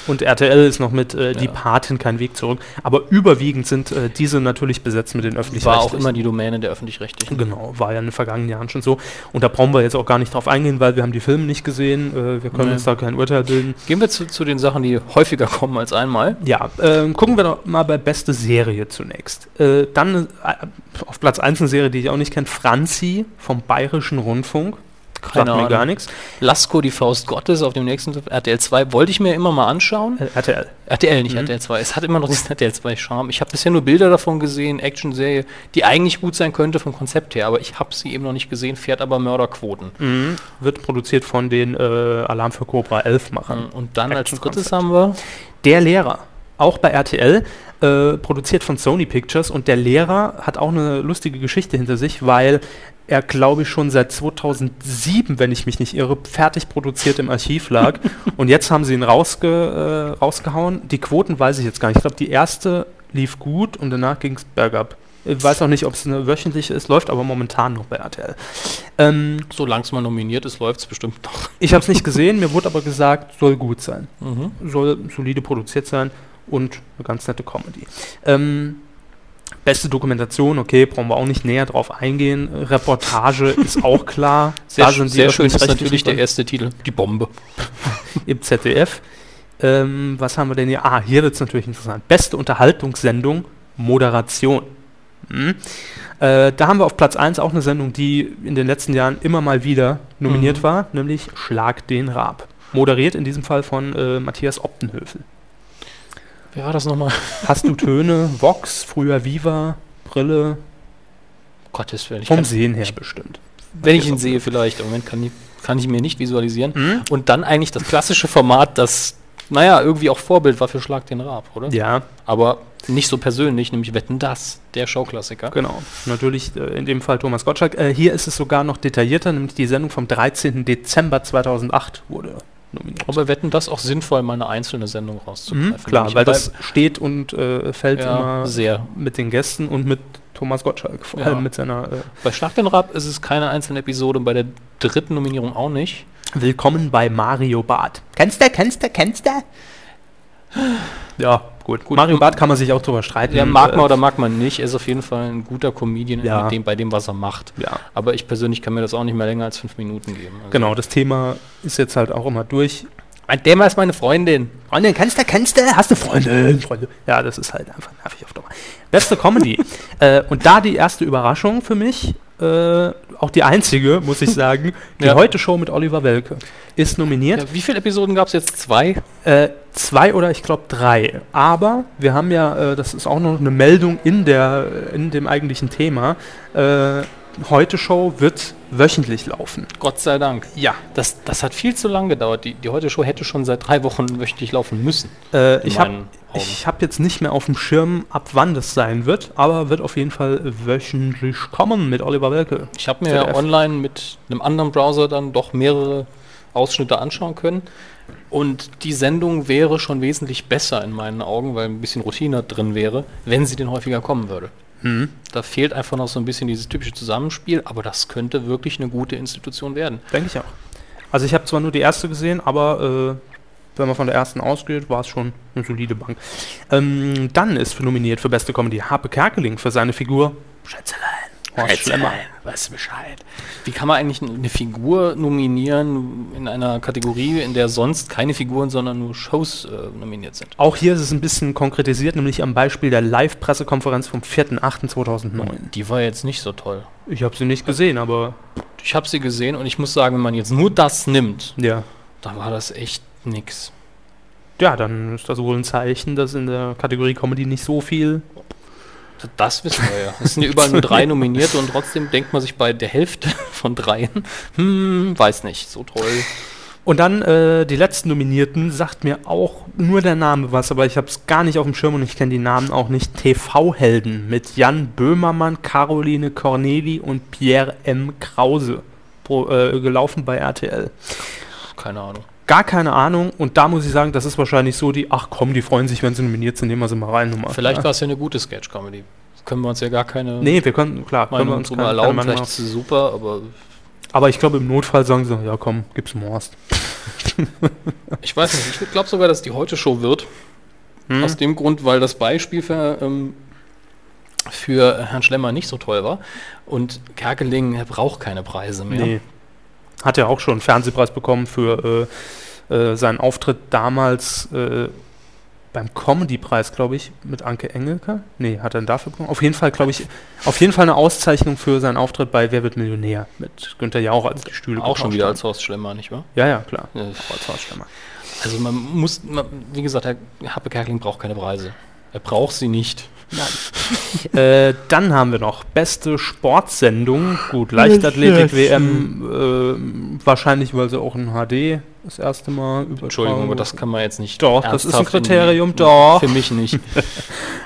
E: Und RTL ist noch mit äh, Die
C: Ja.
E: Patin kein Weg zurück. Aber überwiegend sind äh, diese natürlich besetzt mit den öffentlichen
C: War auch immer die Domäne der Öffentlich-Rechtlichen.
E: Genau, war ja in den vergangenen Jahren schon so. Und da brauchen wir jetzt auch gar nicht drauf eingehen, weil wir haben die Filme nicht gesehen. Äh, wir können
C: Nee.
E: uns da kein Urteil bilden.
C: Gehen wir zu, zu den Sachen, die häufiger kommen als einmal.
E: Ja, ähm, gucken wir doch mal bei beste Serie zunächst. Äh, dann äh, auf Platz 1 eine Serie, die ich auch nicht kenne, Franzi vom Bayerischen Rundfunk.
C: Keine
E: Sagt mir
C: Ahnung.
E: gar nichts.
C: Lasko, die Faust Gottes auf dem nächsten RTL 2 wollte ich mir immer mal anschauen.
E: Äh, RTL.
C: RTL, nicht RTL 2. Es hat immer noch diesen RTL 2 Charme. Ich habe bisher nur Bilder davon gesehen, Actionserie, die eigentlich gut sein könnte vom Konzept her, aber ich habe sie eben noch nicht gesehen, fährt aber Mörderquoten.
E: Mhm. Wird produziert von den äh, Alarm für Cobra 11 Machern.
C: Ähm, Und dann als drittes
E: Action-Konzept.
C: haben wir
E: Der Lehrer, auch bei RTL, äh, produziert von Sony Pictures und der Lehrer hat auch eine lustige Geschichte hinter sich, weil er, glaube ich, schon seit 2007, wenn ich mich nicht irre, fertig produziert im Archiv lag. und jetzt haben sie ihn rausge, äh, rausgehauen. Die Quoten weiß ich jetzt gar nicht. Ich glaube, die erste lief gut und danach ging es bergab. Ich weiß auch nicht, ob es eine wöchentliche ist, läuft aber momentan noch bei RTL. Ähm,
C: Solange es mal nominiert ist, läuft es bestimmt noch.
E: ich habe es nicht gesehen, mir wurde aber gesagt, soll gut sein.
C: Mhm.
E: Soll solide produziert sein und eine ganz nette Comedy. Ähm, beste Dokumentation, okay, brauchen wir auch nicht näher drauf eingehen.
C: (laughs)
E: Äh, Reportage ist auch klar.
C: Sehr,
E: sind die
C: sehr schön ist natürlich
E: Öffentlich-Rechtlichen
C: der erste Titel, die Bombe.
E: im ZDF. Ähm, was haben wir denn hier? Ah, hier wird es natürlich interessant. Beste Unterhaltungssendung, Moderation. Hm. Äh, da haben wir auf Platz 1 auch eine Sendung, die in den letzten Jahren immer mal wieder nominiert
C: Mhm.
E: war, nämlich Schlag den Raab. Moderiert in diesem Fall von äh, Matthias Optenhöfel.
C: Wer war das nochmal?
E: Hast du Töne, Vox, früher Viva, Brille,
C: Gottes Willen. Ich
E: vom
C: kann,
E: Sehen her bestimmt.
C: wenn ich ihn sehe, vielleicht. Im Moment kann ich, kann ich ihn mir nicht visualisieren.
E: Hm?
C: Und dann eigentlich das klassische Format, das, naja, irgendwie auch Vorbild war für Schlag den Raab, oder?
E: Ja,
C: Aber nicht so persönlich, nämlich Wetten das, der Showklassiker.
E: Genau, natürlich äh, in dem Fall Thomas Gottschalk. Äh, hier ist es sogar noch detaillierter, nämlich die Sendung vom 13. Dezember 2008 wurde nominiert.
C: Aber Wetten das auch sinnvoll, mal eine einzelne Sendung rauszugreifen.
E: Mhm, klar,
C: nämlich
E: weil das steht und äh, fällt
C: ja,
E: immer
C: sehr.
E: mit den Gästen und mit Thomas Gottschalk, vor
C: Ja.
E: allem mit seiner äh,
C: Bei Schlag den Raab ist es keine einzelne Episode, bei der dritten Nominierung auch nicht.
E: Willkommen bei Mario Barth. Kennst du, kennst du, kennst du? Ja, gut. gut. Mario Barth kann man sich auch drüber streiten.
C: Ja, mag man
E: äh,
C: oder mag man nicht, er ist auf jeden Fall ein guter Comedian
E: Ja.
C: mit dem, bei dem, was er macht.
E: Ja.
C: Aber ich persönlich kann mir das auch nicht mehr länger als fünf Minuten geben. Also
E: Genau, das Thema ist jetzt halt auch immer durch.
C: Mein Thema ist meine Freundin.
E: Freundin, kennst du, kennst du? Hast du Freundin? Freunde. Ja, das ist halt einfach nervig auf Dauer. Beste (laughs) Comedy. äh, und da die erste Überraschung für mich, äh, auch die einzige, muss ich (laughs) sagen, die
C: Ja.
E: Heute-Show mit Oliver Welke ist nominiert.
C: Ja, wie viele Episoden gab es jetzt? Zwei?
E: Äh, zwei oder ich glaube drei. Aber wir haben ja, äh, das ist auch noch eine Meldung in, der, in dem eigentlichen Thema, äh, Heute-Show wird wöchentlich laufen.
C: Gott sei Dank.
E: Ja.
C: Das, das hat viel zu lang gedauert. Die, die Heute-Show hätte schon seit drei Wochen wöchentlich laufen müssen.
E: Äh,
C: in
E: ich habe
C: meinen Augen.
E: Ich habe jetzt nicht mehr auf dem Schirm, ab wann das sein wird, aber wird auf jeden Fall wöchentlich kommen mit Oliver Welke.
C: Ich habe mir
E: ZDF.
C: online mit einem anderen Browser dann doch mehrere Ausschnitte anschauen können. Und die Sendung wäre schon wesentlich besser in meinen Augen, weil ein bisschen Routine drin wäre, wenn sie denn häufiger kommen würde. Da fehlt einfach noch so ein bisschen dieses typische Zusammenspiel, aber das könnte wirklich eine gute Institution werden.
E: Denke ich auch. Also ich habe zwar nur die erste gesehen, aber äh, wenn man von der ersten ausgeht, war es schon eine solide Bank. Ähm, dann ist nominiert für beste Comedy Harpe Kerkeling für seine Figur
B: Schätzelein.
E: Horst Schlemmer.
B: weißt du Bescheid.
C: Wie kann man eigentlich eine Figur nominieren in einer Kategorie, in der sonst keine Figuren, sondern nur Shows äh, nominiert sind?
E: Auch hier ist es ein bisschen konkretisiert, nämlich am Beispiel der Live-Pressekonferenz vom 4.8.2009.
C: Die war jetzt nicht so toll.
E: Ich habe sie nicht gesehen, aber
C: Ich habe sie gesehen und ich muss sagen, wenn man jetzt nur das nimmt,
E: ja.
C: da war das echt nix.
E: Ja, dann ist das wohl ein Zeichen, dass in der Kategorie Comedy nicht so viel
C: Das wissen wir ja. Es sind ja überall nur
E: (laughs)
C: drei Nominierte und trotzdem denkt man sich bei der Hälfte (laughs) von dreien, hm, weiß nicht, so toll.
E: Und dann äh, die letzten Nominierten sagt mir auch nur der Name was, aber ich habe es gar nicht auf dem Schirm und ich kenne die Namen auch nicht. TV-Helden mit Jan Böhmermann, Caroline Corneli und Pierre M. Krause. Pro, äh, gelaufen bei RTL.
C: Keine Ahnung.
E: Gar keine Ahnung und da muss ich sagen, das ist wahrscheinlich so die, ach komm, die freuen sich, wenn sie nominiert sind, nehmen wir sie mal rein. Nummer.
C: Vielleicht
E: ja.
C: war es ja eine gute Sketch-Comedy. Können wir uns ja gar keine
E: Nee, wir konnten, klar, können wir
C: Meinung
E: uns
C: drüber
E: keine- keine
C: erlauben.
E: Meinung
C: Vielleicht ist sie super, aber
E: Aber ich glaube, im Notfall sagen sie, ja komm, gib's Morst.
C: Ich weiß nicht, ich glaube sogar, dass die heute Show wird.
E: Hm.
C: Aus dem Grund, weil das Beispiel für, ähm, für Herrn Schlemmer nicht so toll war. Und Kerkeling braucht keine Preise mehr.
E: Nee. Hat er auch schon einen Fernsehpreis bekommen für äh, äh, seinen Auftritt damals äh, beim Comedy-Preis, glaube ich, mit Anke Engelke. Nee, hat er ihn dafür bekommen? Auf jeden Fall, glaube ich, auf jeden Fall eine Auszeichnung für seinen Auftritt bei Wer wird Millionär mit Günther Jauch als die Stühle.
C: Auch schon
E: getauscht
C: wieder
E: haben.
C: als Horst Schlemmer, nicht wahr?
E: Ja, ja, klar.
C: Äh,
E: Als Hausschlemmer.
C: Also man muss, man, wie gesagt, Herr Happe Kerkeling braucht keine Preise. Er braucht sie nicht.
E: Äh, dann haben wir noch beste Sportsendung. Gut, Leichtathletik-WM. Äh, wahrscheinlich, weil sie auch in HD das erste Mal übertragen
C: Entschuldigung, aber
E: wurde.
C: das kann man jetzt nicht.
E: Doch, das ist ein
C: ernsthaft in die-
E: Kriterium, doch.
C: Für mich
E: (laughs)
C: nicht.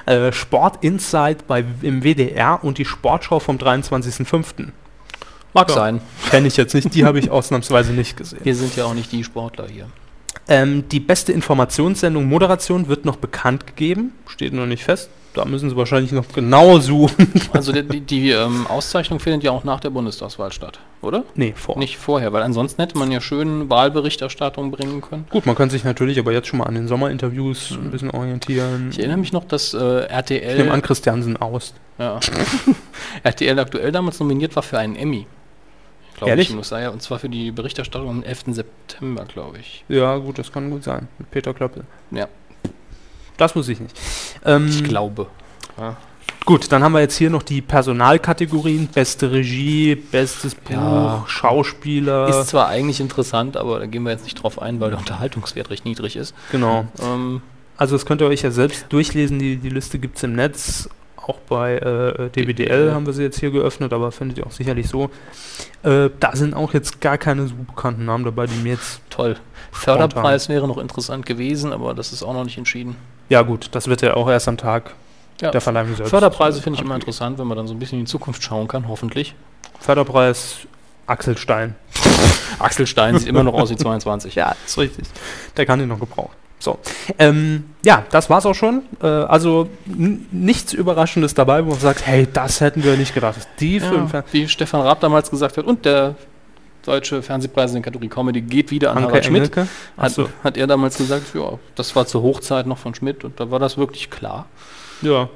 E: äh, Sport Insight bei, im WDR und die Sportschau vom 23.05.
C: Mag
E: Ja.
C: sein.
E: Kenne ich jetzt nicht, die habe ich (laughs) ausnahmsweise nicht gesehen.
C: Wir sind ja auch nicht die Sportler hier.
E: Ähm, die beste Informationssendung Moderation wird noch bekannt gegeben, steht noch nicht fest. Da müssen sie wahrscheinlich noch genau suchen. (laughs)
C: Also die, die, die ähm, Auszeichnung findet ja auch nach der Bundestagswahl statt, oder?
E: Nee, vor.
C: Nicht vorher, weil ansonsten hätte man ja schön Wahlberichterstattung bringen können.
E: Gut, man kann sich natürlich aber jetzt schon mal an den Sommerinterviews ein bisschen orientieren.
C: Ich erinnere mich noch, dass äh,
E: Ich nehme an
C: RTL,
E: Christiansen aus.
C: ja, (laughs) RTL aktuell damals nominiert war für einen Emmy. Glaub
E: Ehrlich?
C: Ich, muss sagen, ja, und zwar für die Berichterstattung am 11. September, glaube ich.
E: Ja, gut, das kann gut sein. Mit Peter Klöppel.
C: Ja.
E: Das muss ich nicht. Ähm,
C: Ich glaube.
E: Gut, dann haben wir jetzt hier noch die Personalkategorien. Beste Regie, bestes Buch,
C: Ja.
E: Schauspieler.
C: Ist zwar eigentlich interessant, aber da gehen wir jetzt nicht drauf ein, weil der Unterhaltungswert recht niedrig ist.
E: genau.
C: Ähm,
E: Also das könnt ihr euch ja selbst durchlesen. Die, die Liste gibt es im Netz. Auch bei äh, DBDL
C: DBDL.
E: haben wir sie jetzt hier geöffnet, aber findet ihr auch sicherlich so. Äh, da sind auch jetzt gar keine so bekannten Namen dabei, die mir jetzt...
C: toll. Förderpreis wäre noch interessant gewesen, aber das ist auch noch nicht entschieden.
E: Ja gut, das wird ja auch erst am Tag
C: Ja.
E: der Verleihung selbst.
C: Förderpreise finde ich immer interessant, wenn man dann so ein bisschen in die Zukunft schauen kann, hoffentlich.
E: Förderpreis Axel Stein.
C: Axel Stein sieht immer noch
E: (laughs)
C: aus wie 22. Ja,
E: ist richtig. Der kann den noch gebrauchen. So. Ähm, ja, das war's auch schon. Äh, also n- nichts Überraschendes dabei, wo man sagt, hey, das hätten wir nicht gedacht. dass Die fünf.
C: ja. Wie Stefan Raab damals gesagt hat, und der deutsche Fernsehpreis in der Kategorie Comedy geht wieder an Harald Schmidt.
E: Engelke.
C: Hat,
E: Achso.
C: hat er damals gesagt, ja, das war zur Hochzeit noch von Schmidt und da war das wirklich klar.
E: Ja.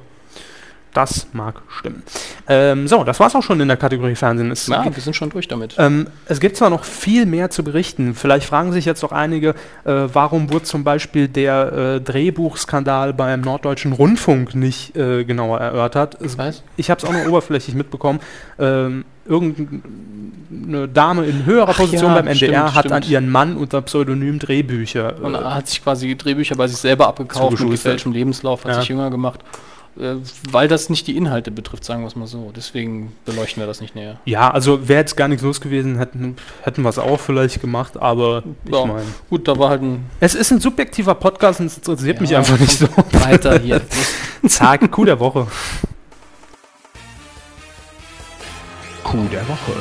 E: Das mag stimmen. Ähm, so, das war's auch schon in der Kategorie Fernsehen. Es
C: Ja, wir sind schon durch damit.
E: Ähm, es gibt zwar noch viel mehr zu berichten. Vielleicht fragen sich jetzt auch einige, äh, warum wurde zum Beispiel der äh, Drehbuchskandal beim Norddeutschen Rundfunk nicht äh, genauer erörtert. Es,
C: Was?
E: ich habe es auch nur oberflächlich mitbekommen. Ähm, irgendeine Dame in höherer
C: Ach
E: Position
C: ja,
E: beim NDR
C: stimmt,
E: hat an
C: stimmt.
E: ihren Mann unter Pseudonym Drehbücher.
C: Und er
E: Äh,
C: hat sich quasi die Drehbücher bei sich selber abgekauft mit
E: Zugeschustert.
C: gefälschtem Lebenslauf, hat
E: Ja.
C: sich jünger gemacht. Äh, Weil das nicht die Inhalte betrifft, sagen wir es mal so. Deswegen beleuchten wir das nicht näher.
E: ja, also wäre jetzt gar nichts los gewesen, hätten, hätten wir es auch vielleicht gemacht, aber ich
C: Ja.
E: meine.
C: Gut, da war halt ein
E: Es ist ein subjektiver Podcast und es interessiert mich
C: Ja,
E: einfach nicht so.
C: Weiter hier.
E: (laughs) Zack, Coup der Woche.
D: Kuh der Woche.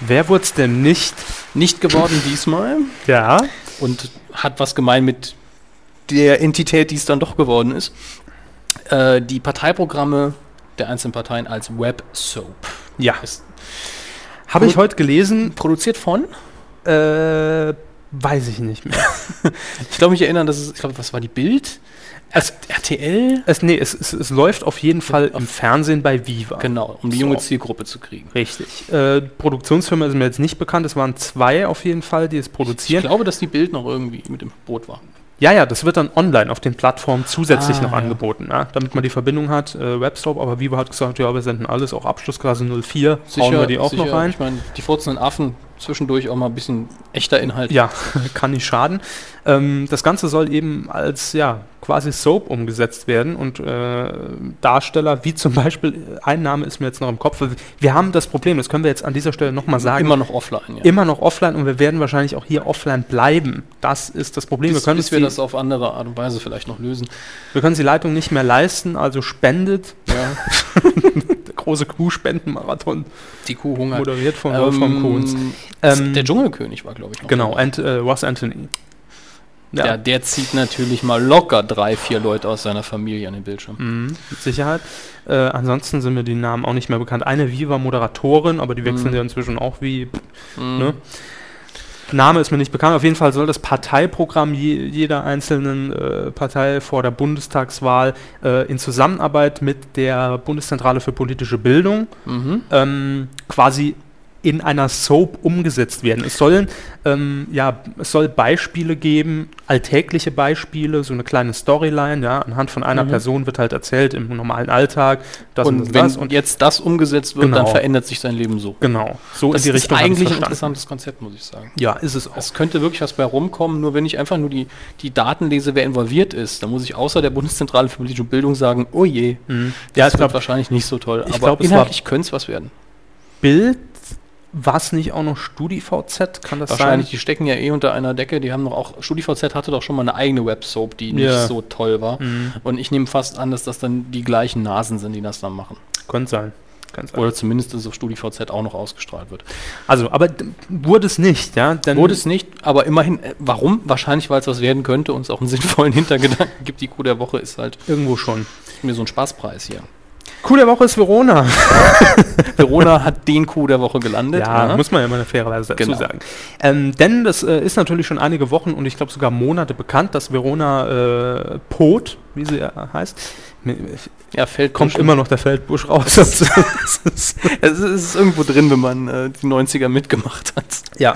E: Wer wurde es denn nicht?
C: Nicht geworden diesmal
E: Ja.
C: und hat was gemein mit der Entität, die es dann doch geworden ist. Äh, die Parteiprogramme der einzelnen Parteien als Websoap.
E: Ja.
C: Ist
E: Habe ich heute gelesen,
C: produziert von,
E: äh, weiß ich nicht mehr.
C: ich glaube, mich erinnern, dass es, ich glaube, was war die Bild? Also RTL?
E: Es, nee, es, es, es läuft auf jeden Fall im Fernsehen bei Viva.
C: Genau, um die junge
E: So.
C: Zielgruppe zu kriegen.
E: Richtig. Äh, Produktionsfirma ist mir jetzt nicht bekannt. Es waren zwei auf jeden Fall, die es
C: Ich
E: produzieren.
C: glaube, dass die Bild noch irgendwie mit im Boot war.
E: Ja, ja, das wird dann online auf den Plattformen zusätzlich
C: Ah,
E: noch
C: ja.
E: angeboten, ja, damit man die Verbindung hat. Äh, Webstop, aber Viva hat gesagt, ja, wir senden alles, auch Abschlussklasse 04. Hauen wir die auch noch rein.
C: Ich meine, die furzenden Affen zwischendurch auch mal ein bisschen echter Inhalt.
E: Ja, (laughs) kann nicht schaden. Ähm, das Ganze soll eben als ja quasi Soap umgesetzt werden und äh, Darsteller, wie zum Beispiel, ein Name ist mir jetzt noch im Kopf. Wir haben das Problem, das können wir jetzt an dieser Stelle nochmal sagen.
C: Immer noch offline, ja.
E: immer noch offline und wir werden wahrscheinlich auch hier offline bleiben. Das ist das Problem.
C: bis,
E: wir, können
C: bis
E: uns
C: wir
E: die,
C: das auf andere Art und Weise vielleicht noch lösen.
E: wir können uns die Leitung nicht mehr leisten, also spendet.
C: Ja.
E: Der große Kuh-Spendenmarathon,
C: Die Kuh hungert.
E: moderiert von Wolfram Kohns.
C: Ähm,
E: Ähm,
C: der Dschungelkönig war, glaube ich, noch.
E: Genau, Ant, äh, Ross Anthony.
C: Ja. Der, der zieht natürlich mal locker drei, vier Leute aus seiner Familie an den Bildschirm.
E: Mhm, mit Sicherheit. Äh, ansonsten sind mir die Namen auch nicht mehr bekannt. Eine wie war Moderatorin, aber die
C: Mhm.
E: wechseln ja inzwischen auch wie. Ne? Name ist mir nicht bekannt. Auf jeden Fall soll das Parteiprogramm je, jeder einzelnen äh, Partei vor der Bundestagswahl äh, in Zusammenarbeit mit der Bundeszentrale für politische Bildung ähm, quasi in einer Soap umgesetzt werden. Es sollen ähm, ja, es soll Beispiele geben, alltägliche Beispiele, so eine kleine Storyline, ja, anhand von einer Person wird halt erzählt im normalen Alltag, das und,
C: Mhm. Und
E: das, das
C: wenn
E: und
C: jetzt das umgesetzt wird, dann
E: Genau.
C: verändert sich sein Leben so.
E: genau, so
C: Das
E: in die
C: ist
E: Richtung hab ich's
C: eigentlich ein
E: verstanden.
C: interessantes Konzept, muss ich sagen.
E: Ja, ist es auch.
C: Es könnte wirklich was bei rumkommen, nur wenn ich einfach nur die, die Daten lese, wer involviert ist, dann muss ich außer der Bundeszentrale für politische Bildung sagen, oh je,
E: Mhm. Ja,
C: das
E: ich
C: wird
E: glaube,
C: wahrscheinlich nicht so toll.
E: ich glaub, es war-
C: inhaltlich könnte es was werden.
E: Bild war es nicht auch noch StudiVZ? Kann das
C: Wahrscheinlich,
E: sein?
C: die stecken ja eh unter einer Decke, die haben doch auch, StudiVZ hatte doch schon mal eine eigene Websoap, die nicht
E: Ja. Mhm.
C: so toll war. Und ich nehme fast an, dass das dann die gleichen Nasen sind, die das dann machen.
E: Könnte sein. Könnte sein.
C: Oder zumindest, dass es auf StudiVZ auch noch ausgestrahlt wird.
E: Also, aber d- wurde es nicht, ja? Dann
C: Wurde es nicht, aber immerhin, äh, warum? Wahrscheinlich, weil es was werden könnte und es auch einen (laughs) sinnvollen Hintergedanken gibt. Die Kuh der Woche ist halt
E: irgendwo schon.
C: mir so ein Spaßpreis hier.
E: Cool der Woche ist Verona. (laughs)
C: Verona hat den Coup der Woche gelandet.
E: Ja,
C: ne?
E: muss man ja immer fairerweise dazu
C: Genau.
E: sagen. Ähm, denn das äh, ist natürlich schon einige Wochen und ich glaube sogar Monate bekannt, dass Verona äh, Pot, wie sie äh, heißt, äh, mir-
C: ja fällt
E: kommt immer noch der Feldbusch (laughs) raus.
C: Es ist irgendwo drin, wenn man äh, die 90er mitgemacht hat.
E: Ja.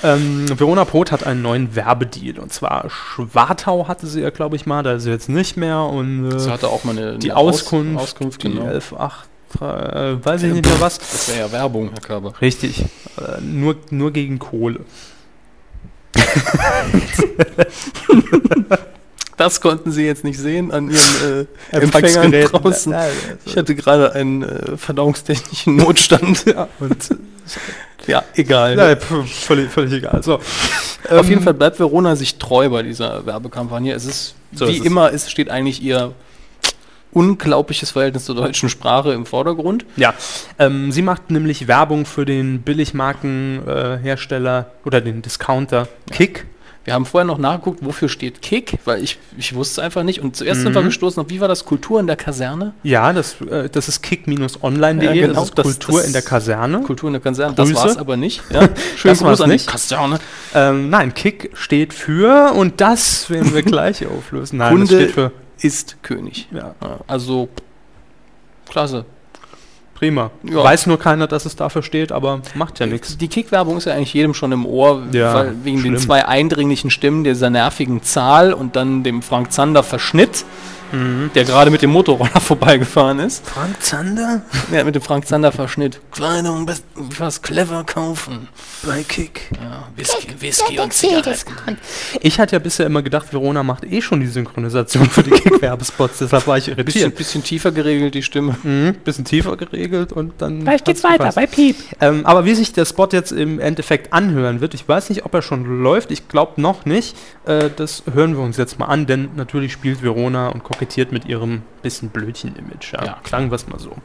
E: Ähm, Verona Poth hat einen neuen Werbedeal. Und zwar Schwartau hatte sie ja, glaube ich, mal, da ist sie jetzt nicht mehr. Und
C: Sie
E: äh,
C: hatte auch mal eine,
E: die
C: eine
E: Auskunft,
C: Auskunft
E: die
C: genau.
E: 118, äh, weiß ich nicht mehr was.
C: Das wäre ja Werbung, Herr Körber.
E: Richtig. Äh, nur, nur gegen Kohle.
C: Das konnten Sie jetzt nicht sehen an Ihren
E: (laughs)
C: äh, Empfängern
E: Empfangsgerät
C: draußen. Ich hatte gerade einen äh,
E: (laughs)
C: verdauungstechnischen Notstand.
E: Ja,
C: (laughs)
E: und,
C: ja, egal.
E: ja, pf, völlig, völlig egal. So. ähm,
C: Auf jeden Fall bleibt Verona sich treu bei dieser Werbekampagne. Es ist,
E: So
C: wie
E: ist es.
C: immer, es steht eigentlich ihr unglaubliches Verhältnis zur deutschen Sprache im Vordergrund.
E: Ja, ähm, sie macht nämlich Werbung für den Billigmarkenhersteller äh, Hersteller oder den Discounter Kick.
C: Wir haben vorher noch nachgeguckt, wofür steht Kick, weil ich, ich wusste es einfach nicht. Und zuerst sind wir
E: Mhm.
C: gestoßen auf, wie war das, Kultur in der Kaserne?
E: Ja, das, äh, das ist kick-online.de,
C: Ja, genau,
E: das ist
C: das-
E: Kultur
C: das-
E: in der Kaserne.
C: Kultur in der Kaserne,
E: Grüße.
C: das war es aber nicht. Ja. Schönen
E: (laughs) Das war's
C: Gruß an die
E: nicht.
C: Kaserne.
E: Ähm, nein, Kick steht für, und das werden (laughs) wir gleich auflösen. Nein, das
C: Kunde-
E: steht für,
C: Ist König.
E: ja,
C: Ja, Also, klasse.
E: prima.
C: Ja.
E: Weiß nur keiner, dass es dafür steht, aber macht ja nichts.
C: Die Kick-Werbung ist ja eigentlich jedem schon im Ohr,
E: Ja,
C: weil wegen
E: schlimm.
C: den zwei eindringlichen Stimmen, dieser nervigen Zahl und dann dem Frank Zander Verschnitt, der gerade mit dem Motorroller (laughs) vorbeigefahren ist.
B: Frank Zander
C: Ja, mit dem Frank Zander Verschnitt.
B: Kleidung best
C: Was clever kaufen.
B: bei Kick.
C: Ja, Whisky, Whisky
F: Der
C: und Zigaretten.
F: Mercedes-Kranz.
E: Ich hatte ja bisher immer gedacht, Verona macht eh schon die Synchronisation für (laughs) die Kick-Werbespots, deshalb war ich
C: Bisschen,
E: irritiert.
C: bisschen tiefer geregelt die Stimme.
E: Mhm, bisschen tiefer geregelt und dann.
F: Gleich geht's weiter bei Piep.
E: Ähm, aber wie sich der Spot jetzt im Endeffekt anhören wird, ich weiß nicht, ob er schon läuft, ich glaube noch nicht. Äh, das hören wir uns jetzt mal an, denn natürlich spielt Verona und kokettiert mit ihrem bisschen Blödchen-Image. Ja,
C: Ja.
E: sagen wir es mal so.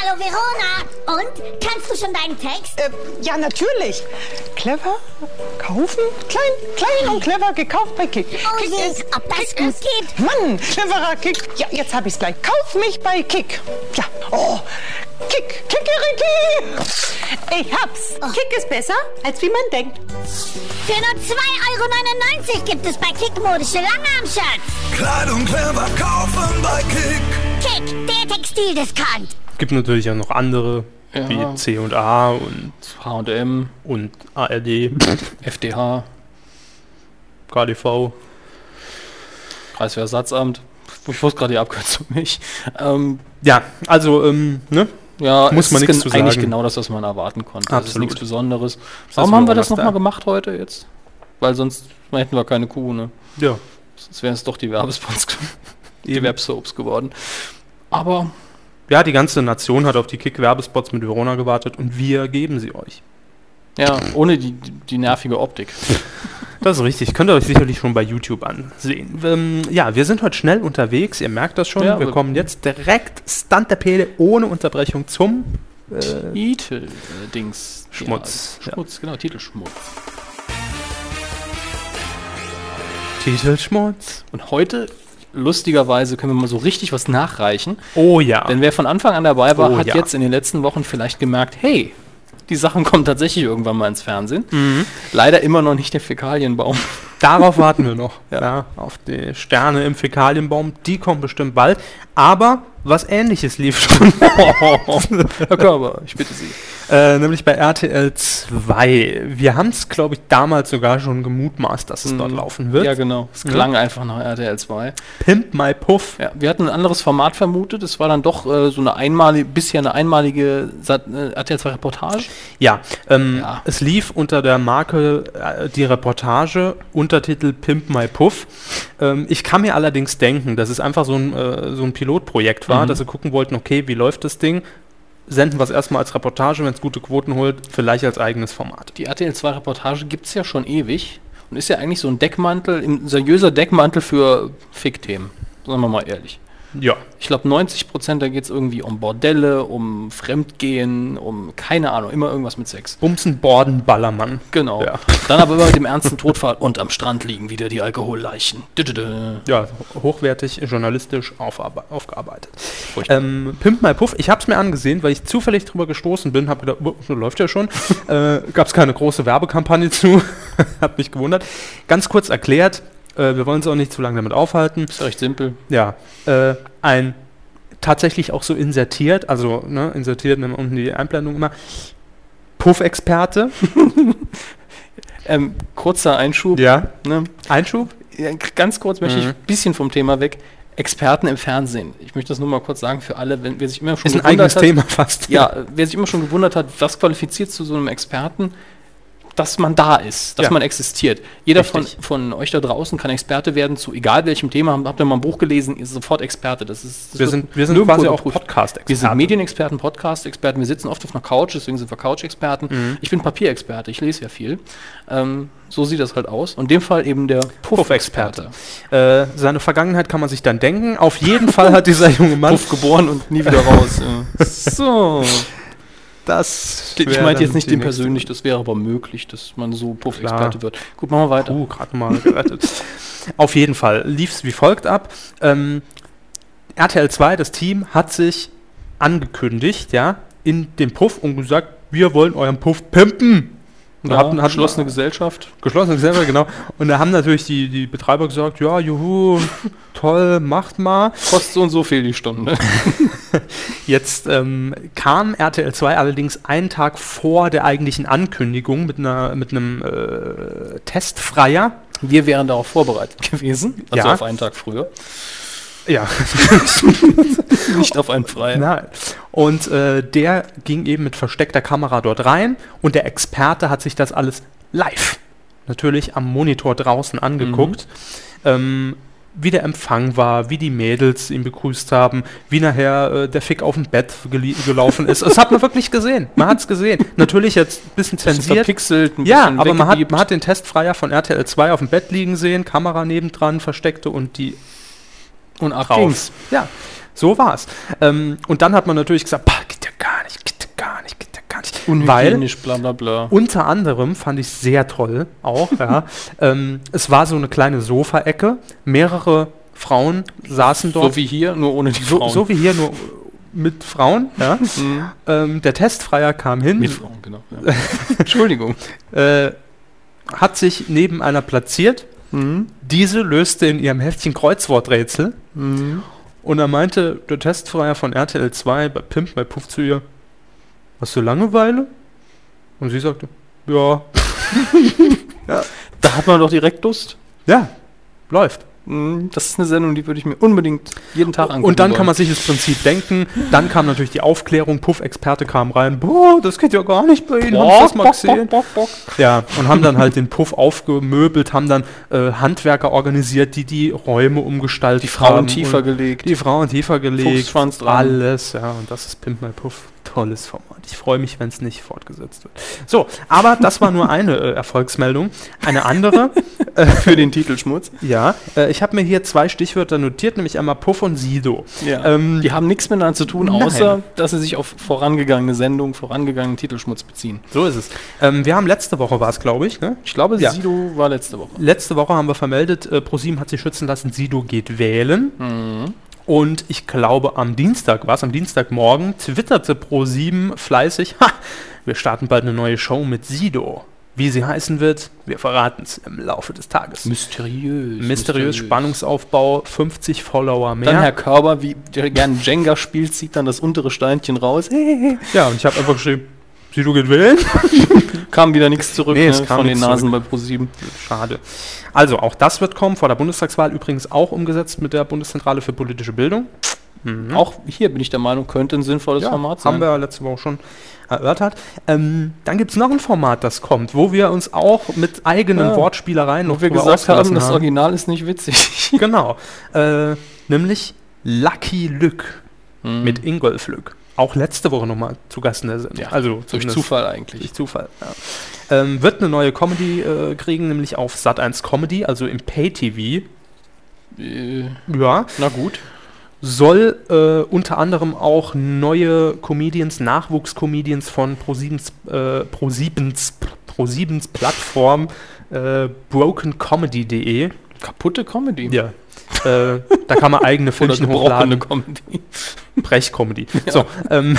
F: Hallo Verona! Und? Kannst du schon deinen Text?
G: Äh, ja, natürlich. Clever kaufen, klein, klein und clever gekauft bei Kick.
F: Oh
G: Kick
F: je,
G: ist-
F: ob das
G: Kick
F: gut
G: ist-
F: geht.
G: Mann, cleverer Kick. Ja, jetzt hab ich's gleich. Kauf mich bei Kick. Ja, oh, Kick, Kickeriki. Ich hab's.
H: Kick ist besser, als wie man denkt.
F: Für nur 2,99 Euro gibt es bei Kick modische Langarm-Shirts.
B: Kleidung clever kaufen bei Kick.
F: Kick, der Textildiscount.
E: Gibt natürlich auch noch andere,
C: Ja.
E: wie C und A und,
C: H&M,
E: und ARD, (laughs)
C: FDH,
E: KDV.
C: Kreiswehrersatzamt. Ich wusste gerade die Abkürzung nicht. Ähm,
E: Ja, also, ähm, ne?
C: Ja,
E: Muss
C: es
E: man
C: ist
E: nichts
C: gen-
E: zu
C: eigentlich
E: sagen.
C: genau das, was man erwarten konnte. Das ist
E: Absolut.
C: nichts Besonderes.
E: lassen
C: Warum
E: wir
C: haben wir
E: mal
C: das
E: was
C: nochmal
E: da.
C: gemacht heute jetzt? Weil sonst hätten wir keine Kuh, ne?
E: Ja.
C: Sonst wären es doch die Werbespots, ge- (laughs) die Websoaps geworden. Aber
E: Ja, die ganze Nation hat auf die Kick-Werbespots mit Verona gewartet und wir geben sie euch.
C: ja, ohne die, die nervige Optik.
E: Das ist richtig. Könnt ihr euch sicherlich schon bei YouTube ansehen. Ähm, ja, wir sind heute schnell unterwegs. Ihr merkt das schon.
C: Ja,
E: wir
C: aber-
E: kommen jetzt direkt Stand der Pele ohne Unterbrechung zum.
C: Titel-Dings.
E: Schmutz,
C: Ja, Schmutz, genau, Titelschmutz.
E: Titelschmutz.
C: Und heute, lustigerweise, können wir mal so richtig was nachreichen.
E: Oh ja.
C: Denn wer von Anfang an dabei war,
E: Oh
C: hat
E: ja.
C: jetzt in den letzten Wochen vielleicht gemerkt, hey, die Sachen kommen tatsächlich irgendwann mal ins Fernsehen. Leider immer noch nicht der Fäkalienbaum. (laughs)
E: Darauf warten wir noch.
C: Ja.
E: Ja. auf die Sterne im Fäkalienbaum, die kommen bestimmt bald. Aber was ähnliches lief
C: (laughs)
E: schon.
C: Herr Körber, ich bitte Sie.
E: äh, nämlich bei RTL 2. Wir haben es, glaube ich, damals sogar schon gemutmaßt, dass es dort laufen wird.
C: Ja, genau. Es klang einfach nach RTL 2.
E: Pimp My Puff.
C: Ja, wir hatten ein anderes Format vermutet. Es war dann doch äh, so eine einmalige, bisher eine einmalige Sat äh, RTL 2 Reportage.
E: Ja, ähm,
C: Ja.
E: es lief unter der Marke äh, die Reportage, Untertitel Pimp My Puff. Ähm, ich kann mir allerdings denken, dass es einfach so ein, äh, so ein Pilotprojekt
C: Mhm.
E: war, dass sie gucken wollten, okay, wie läuft das Ding? Senden wir es erstmal als Reportage, wenn es gute Quoten holt, vielleicht als eigenes Format.
C: Die RTL 2 Reportage gibt es ja schon ewig und ist ja eigentlich so ein Deckmantel, ein seriöser Deckmantel für Fick-Themen. Sagen wir mal ehrlich.
E: Ja.
C: Ich glaube, 90 Prozent, da geht es irgendwie um Bordelle, um Fremdgehen, um keine Ahnung, immer irgendwas mit Sex.
E: Bumsen, Borden, Ballermann.
C: Genau.
E: Ja.
C: Dann aber immer mit dem ernsten Todfall und am Strand liegen wieder die Alkoholleichen. Düdüdü.
E: Ja, hochwertig, journalistisch aufarbe- aufgearbeitet.
C: Furchtbar.
E: Ähm, Pimp My Puff, ich habe es mir angesehen, weil ich zufällig drüber gestoßen bin, habe gedacht, "Oh, so läuft ja (laughs) schon. äh, Gab es keine große Werbekampagne zu, (laughs) hat mich gewundert. Ganz kurz erklärt, äh, wir wollen uns auch nicht zu lange damit aufhalten.
C: Ist recht simpel.
E: Ja, äh, ein tatsächlich auch so insertiert, also ne, insertiert nimmt unten die Einblendung immer. Puff-Experte.
C: Ähm, kurzer Einschub.
E: Ja.
C: Ne?
E: Einschub?
C: Ja, k- Ganz kurz möchte
E: Mhm.
C: ich ein bisschen vom Thema weg. Experten im Fernsehen. Ich möchte das nur mal kurz sagen für alle, wenn wer sich immer schon
E: Ist ein
C: gewundert
E: eigenes Thema fast.
C: Ja, äh, wer sich immer schon gewundert hat, was qualifiziert zu so einem Experten, dass man da ist, dass
E: Ja.
C: man existiert. Jeder von,
E: Richtig.
C: von euch da draußen kann Experte werden zu egal welchem Thema. Habt- Habt ihr mal ein Buch gelesen, ist sofort Experte. Das ist, das
E: Wir
C: wird
E: sind, wir sind
C: nirgendwo
E: quasi auch
C: geprüft.
E: Podcast-Experten.
C: Wir sind Medienexperten, Podcast-Experten, wir sitzen oft auf einer Couch, deswegen sind wir Couch-Experten.
E: Mhm.
C: Ich bin Papierexperte, ich lese ja viel. Ähm, so sieht das halt aus. Und in dem Fall eben der Puff-Experte.
E: Äh, seine Vergangenheit kann man sich dann denken. Auf jeden Fall hat dieser
C: (laughs)
E: junge Mann.
C: Puff geboren und nie wieder raus. (laughs) ja. so.
E: das.
C: Ich meinte jetzt nicht den persönlich, das wäre aber möglich, dass man so Puff-Experte
E: Klar.
C: wird. Gut, machen wir weiter.
E: Uh, gerade mal gerettet. Auf jeden Fall lief es wie folgt ab. Ähm, RTL 2, das Team, hat sich angekündigt, ja, in den Puff und gesagt, wir wollen euren Puff pimpen. Und da
C: Wir hatten
E: hatten,
C: eine
E: hatten
C: geschlossene Gesellschaft.
E: Geschlossene Server, genau. Und da haben natürlich die, die Betreiber gesagt, ja, juhu, toll, macht mal.
C: Kostet so und so viel die Stunde.
E: Jetzt ähm, kam RTL 2 allerdings einen Tag vor der eigentlichen Ankündigung mit, einer, mit einem äh, Testfreier.
C: (laughs) Wir wären darauf vorbereitet gewesen. Also
E: Ja.
C: auf einen Tag (laughs) früher.
E: (laughs) Ja,
C: Nicht auf einen freien.
E: nein. Und äh, der ging eben mit versteckter Kamera dort rein und der Experte hat sich das alles live, natürlich am Monitor draußen angeguckt. Ähm, wie der Empfang war, wie die Mädels ihn begrüßt haben, wie nachher äh, der Fick auf dem Bett gelie- gelaufen ist. Das hat man wirklich gesehen. Man hat es gesehen. Natürlich jetzt ein bisschen zensiert.
C: verpixelt, ein
E: Ja,
C: bisschen
E: aber man hat,
C: weggebliebt.
E: man hat den Testfreier von RTL 2 auf dem Bett liegen sehen, Kamera nebendran, versteckte und die
C: und ab
E: rauf.
C: ging's.
E: Ja, so war's. Ähm, und dann hat man natürlich gesagt, "Pah, geht ja gar nicht, geht ja gar nicht, geht ja gar nicht. Weil
C: Unhygienisch, bla bla bla.
E: unter anderem fand ich sehr toll auch,
C: (laughs)
E: ja, ähm, es war so eine kleine Sofaecke, mehrere Frauen saßen dort.
C: So wie hier, nur ohne die
E: so,
C: Frauen. Mhm.
E: so wie hier, nur mit Frauen.
C: (laughs)
E: Ja. ähm, der Testfreier kam hin,
C: Mit Frauen, genau. Ja. (laughs) Entschuldigung.
E: äh, hat sich neben einer platziert.
C: Mhm.
E: Diese löste in ihrem Heftchen Kreuzworträtsel.
C: Mhm.
E: Und da meinte der Testfreier von RTL 2 bei Pimp bei Puff zu ihr, hast du Langeweile? Und sie sagte, (laughs) ja,
C: Da hat man doch direkt Lust.
E: ja, läuft.
C: Mhm, Das ist eine Sendung, die würde ich mir unbedingt jeden Tag angucken.
E: Und dann kann man
C: wollen.
E: sich das Prinzip denken. Dann kam natürlich die Aufklärung, Puff-Experte kam rein, boah, das geht ja gar nicht bei Ihnen, haben Sie das mal gesehen? Ja, und haben dann halt den Puff aufgemöbelt, haben dann äh, Handwerker organisiert, die die Räume umgestaltet
C: die Frauen
E: haben
C: tiefer
E: und
C: gelegt.
E: Die Frauen tiefer gelegt.
C: Fuchsschwanz dran.
E: Alles, ja, und das ist Pimp My Puff. tolles Format. Ich freue mich, wenn es nicht fortgesetzt wird. So, aber das war nur eine äh, Erfolgsmeldung.
C: (laughs)
E: Eine andere,
C: Für den Titelschmutz.
E: ja, äh, ich habe mir hier zwei Stichwörter notiert, nämlich einmal Puff und Sido.
C: Ja.
E: Ähm,
C: die haben nichts miteinander zu tun,
E: Nein.
C: außer dass sie sich auf vorangegangene Sendungen, vorangegangenen Titelschmutz beziehen.
E: So ist es. Ähm, wir haben letzte Woche war es, glaube ich. Ne?
C: Ich glaube,
E: Ja.
C: Sido war letzte Woche.
E: Letzte Woche haben wir vermeldet, äh, ProSieben hat sich schützen lassen, Sido geht wählen. Mhm. Und ich glaube, am Dienstag war es, am Dienstagmorgen, twitterte ProSieben fleißig, ha, wir starten bald eine neue Show mit Sido. Wie sie heißen wird, wir verraten es im Laufe des Tages.
C: Mysteriös.
E: Mysteriös, Spannungsaufbau, 50 Follower mehr.
C: Dann Herr Körber, wie der gern Jenga spielt, zieht dann das untere Steinchen raus.
E: ja, und ich habe einfach geschrieben, Sido geht wählen.
C: Kam wieder nichts zurück ne,
E: Nee, es kam
C: von den
E: nichts
C: Nasen bei Pro7.
E: Schade. Also, auch das wird kommen, vor der Bundestagswahl übrigens auch umgesetzt mit der Bundeszentrale für politische Bildung.
C: Auch hier bin ich der Meinung, könnte ein sinnvolles
E: Mhm. ja,
C: Format sein.
E: haben wir letzte Woche schon erörtert. Ähm, dann gibt es noch ein Format, das kommt, wo wir uns auch mit eigenen
C: Ja.
E: Wortspielereien
C: Wo wir
E: drüber
C: gesagt haben,
E: ausgelassen
C: das Original ist nicht (laughs)
E: (laughs)
C: witzig.
E: Genau. Äh, nämlich Lucky Lück
C: Hm.
E: mit Ingolf Lück. Auch letzte Woche nochmal zu Gast in der Sendung.
C: Mhm. Ja,
E: also
C: Durch
E: zumindest
C: Zufall eigentlich.
E: Durch Zufall, ja. Ähm, wird eine neue Comedy äh, kriegen, nämlich auf Sat1 Comedy, also im Pay-TV.
C: Äh,
E: Ja.
C: na gut.
E: soll äh, unter anderem auch neue Comedians, Nachwuchscomedians von ProSiebens äh, ProSiebens ProSiebens Plattform äh, brokencomedy.de.
C: Kaputte Comedy.
E: Ja. äh, da kann man
C: (laughs)
E: eigene
C: Oder
E: Filmchen
C: gebrochene
E: hochladen.
C: Comedy. (laughs)
E: Brechcomedy. So, ähm,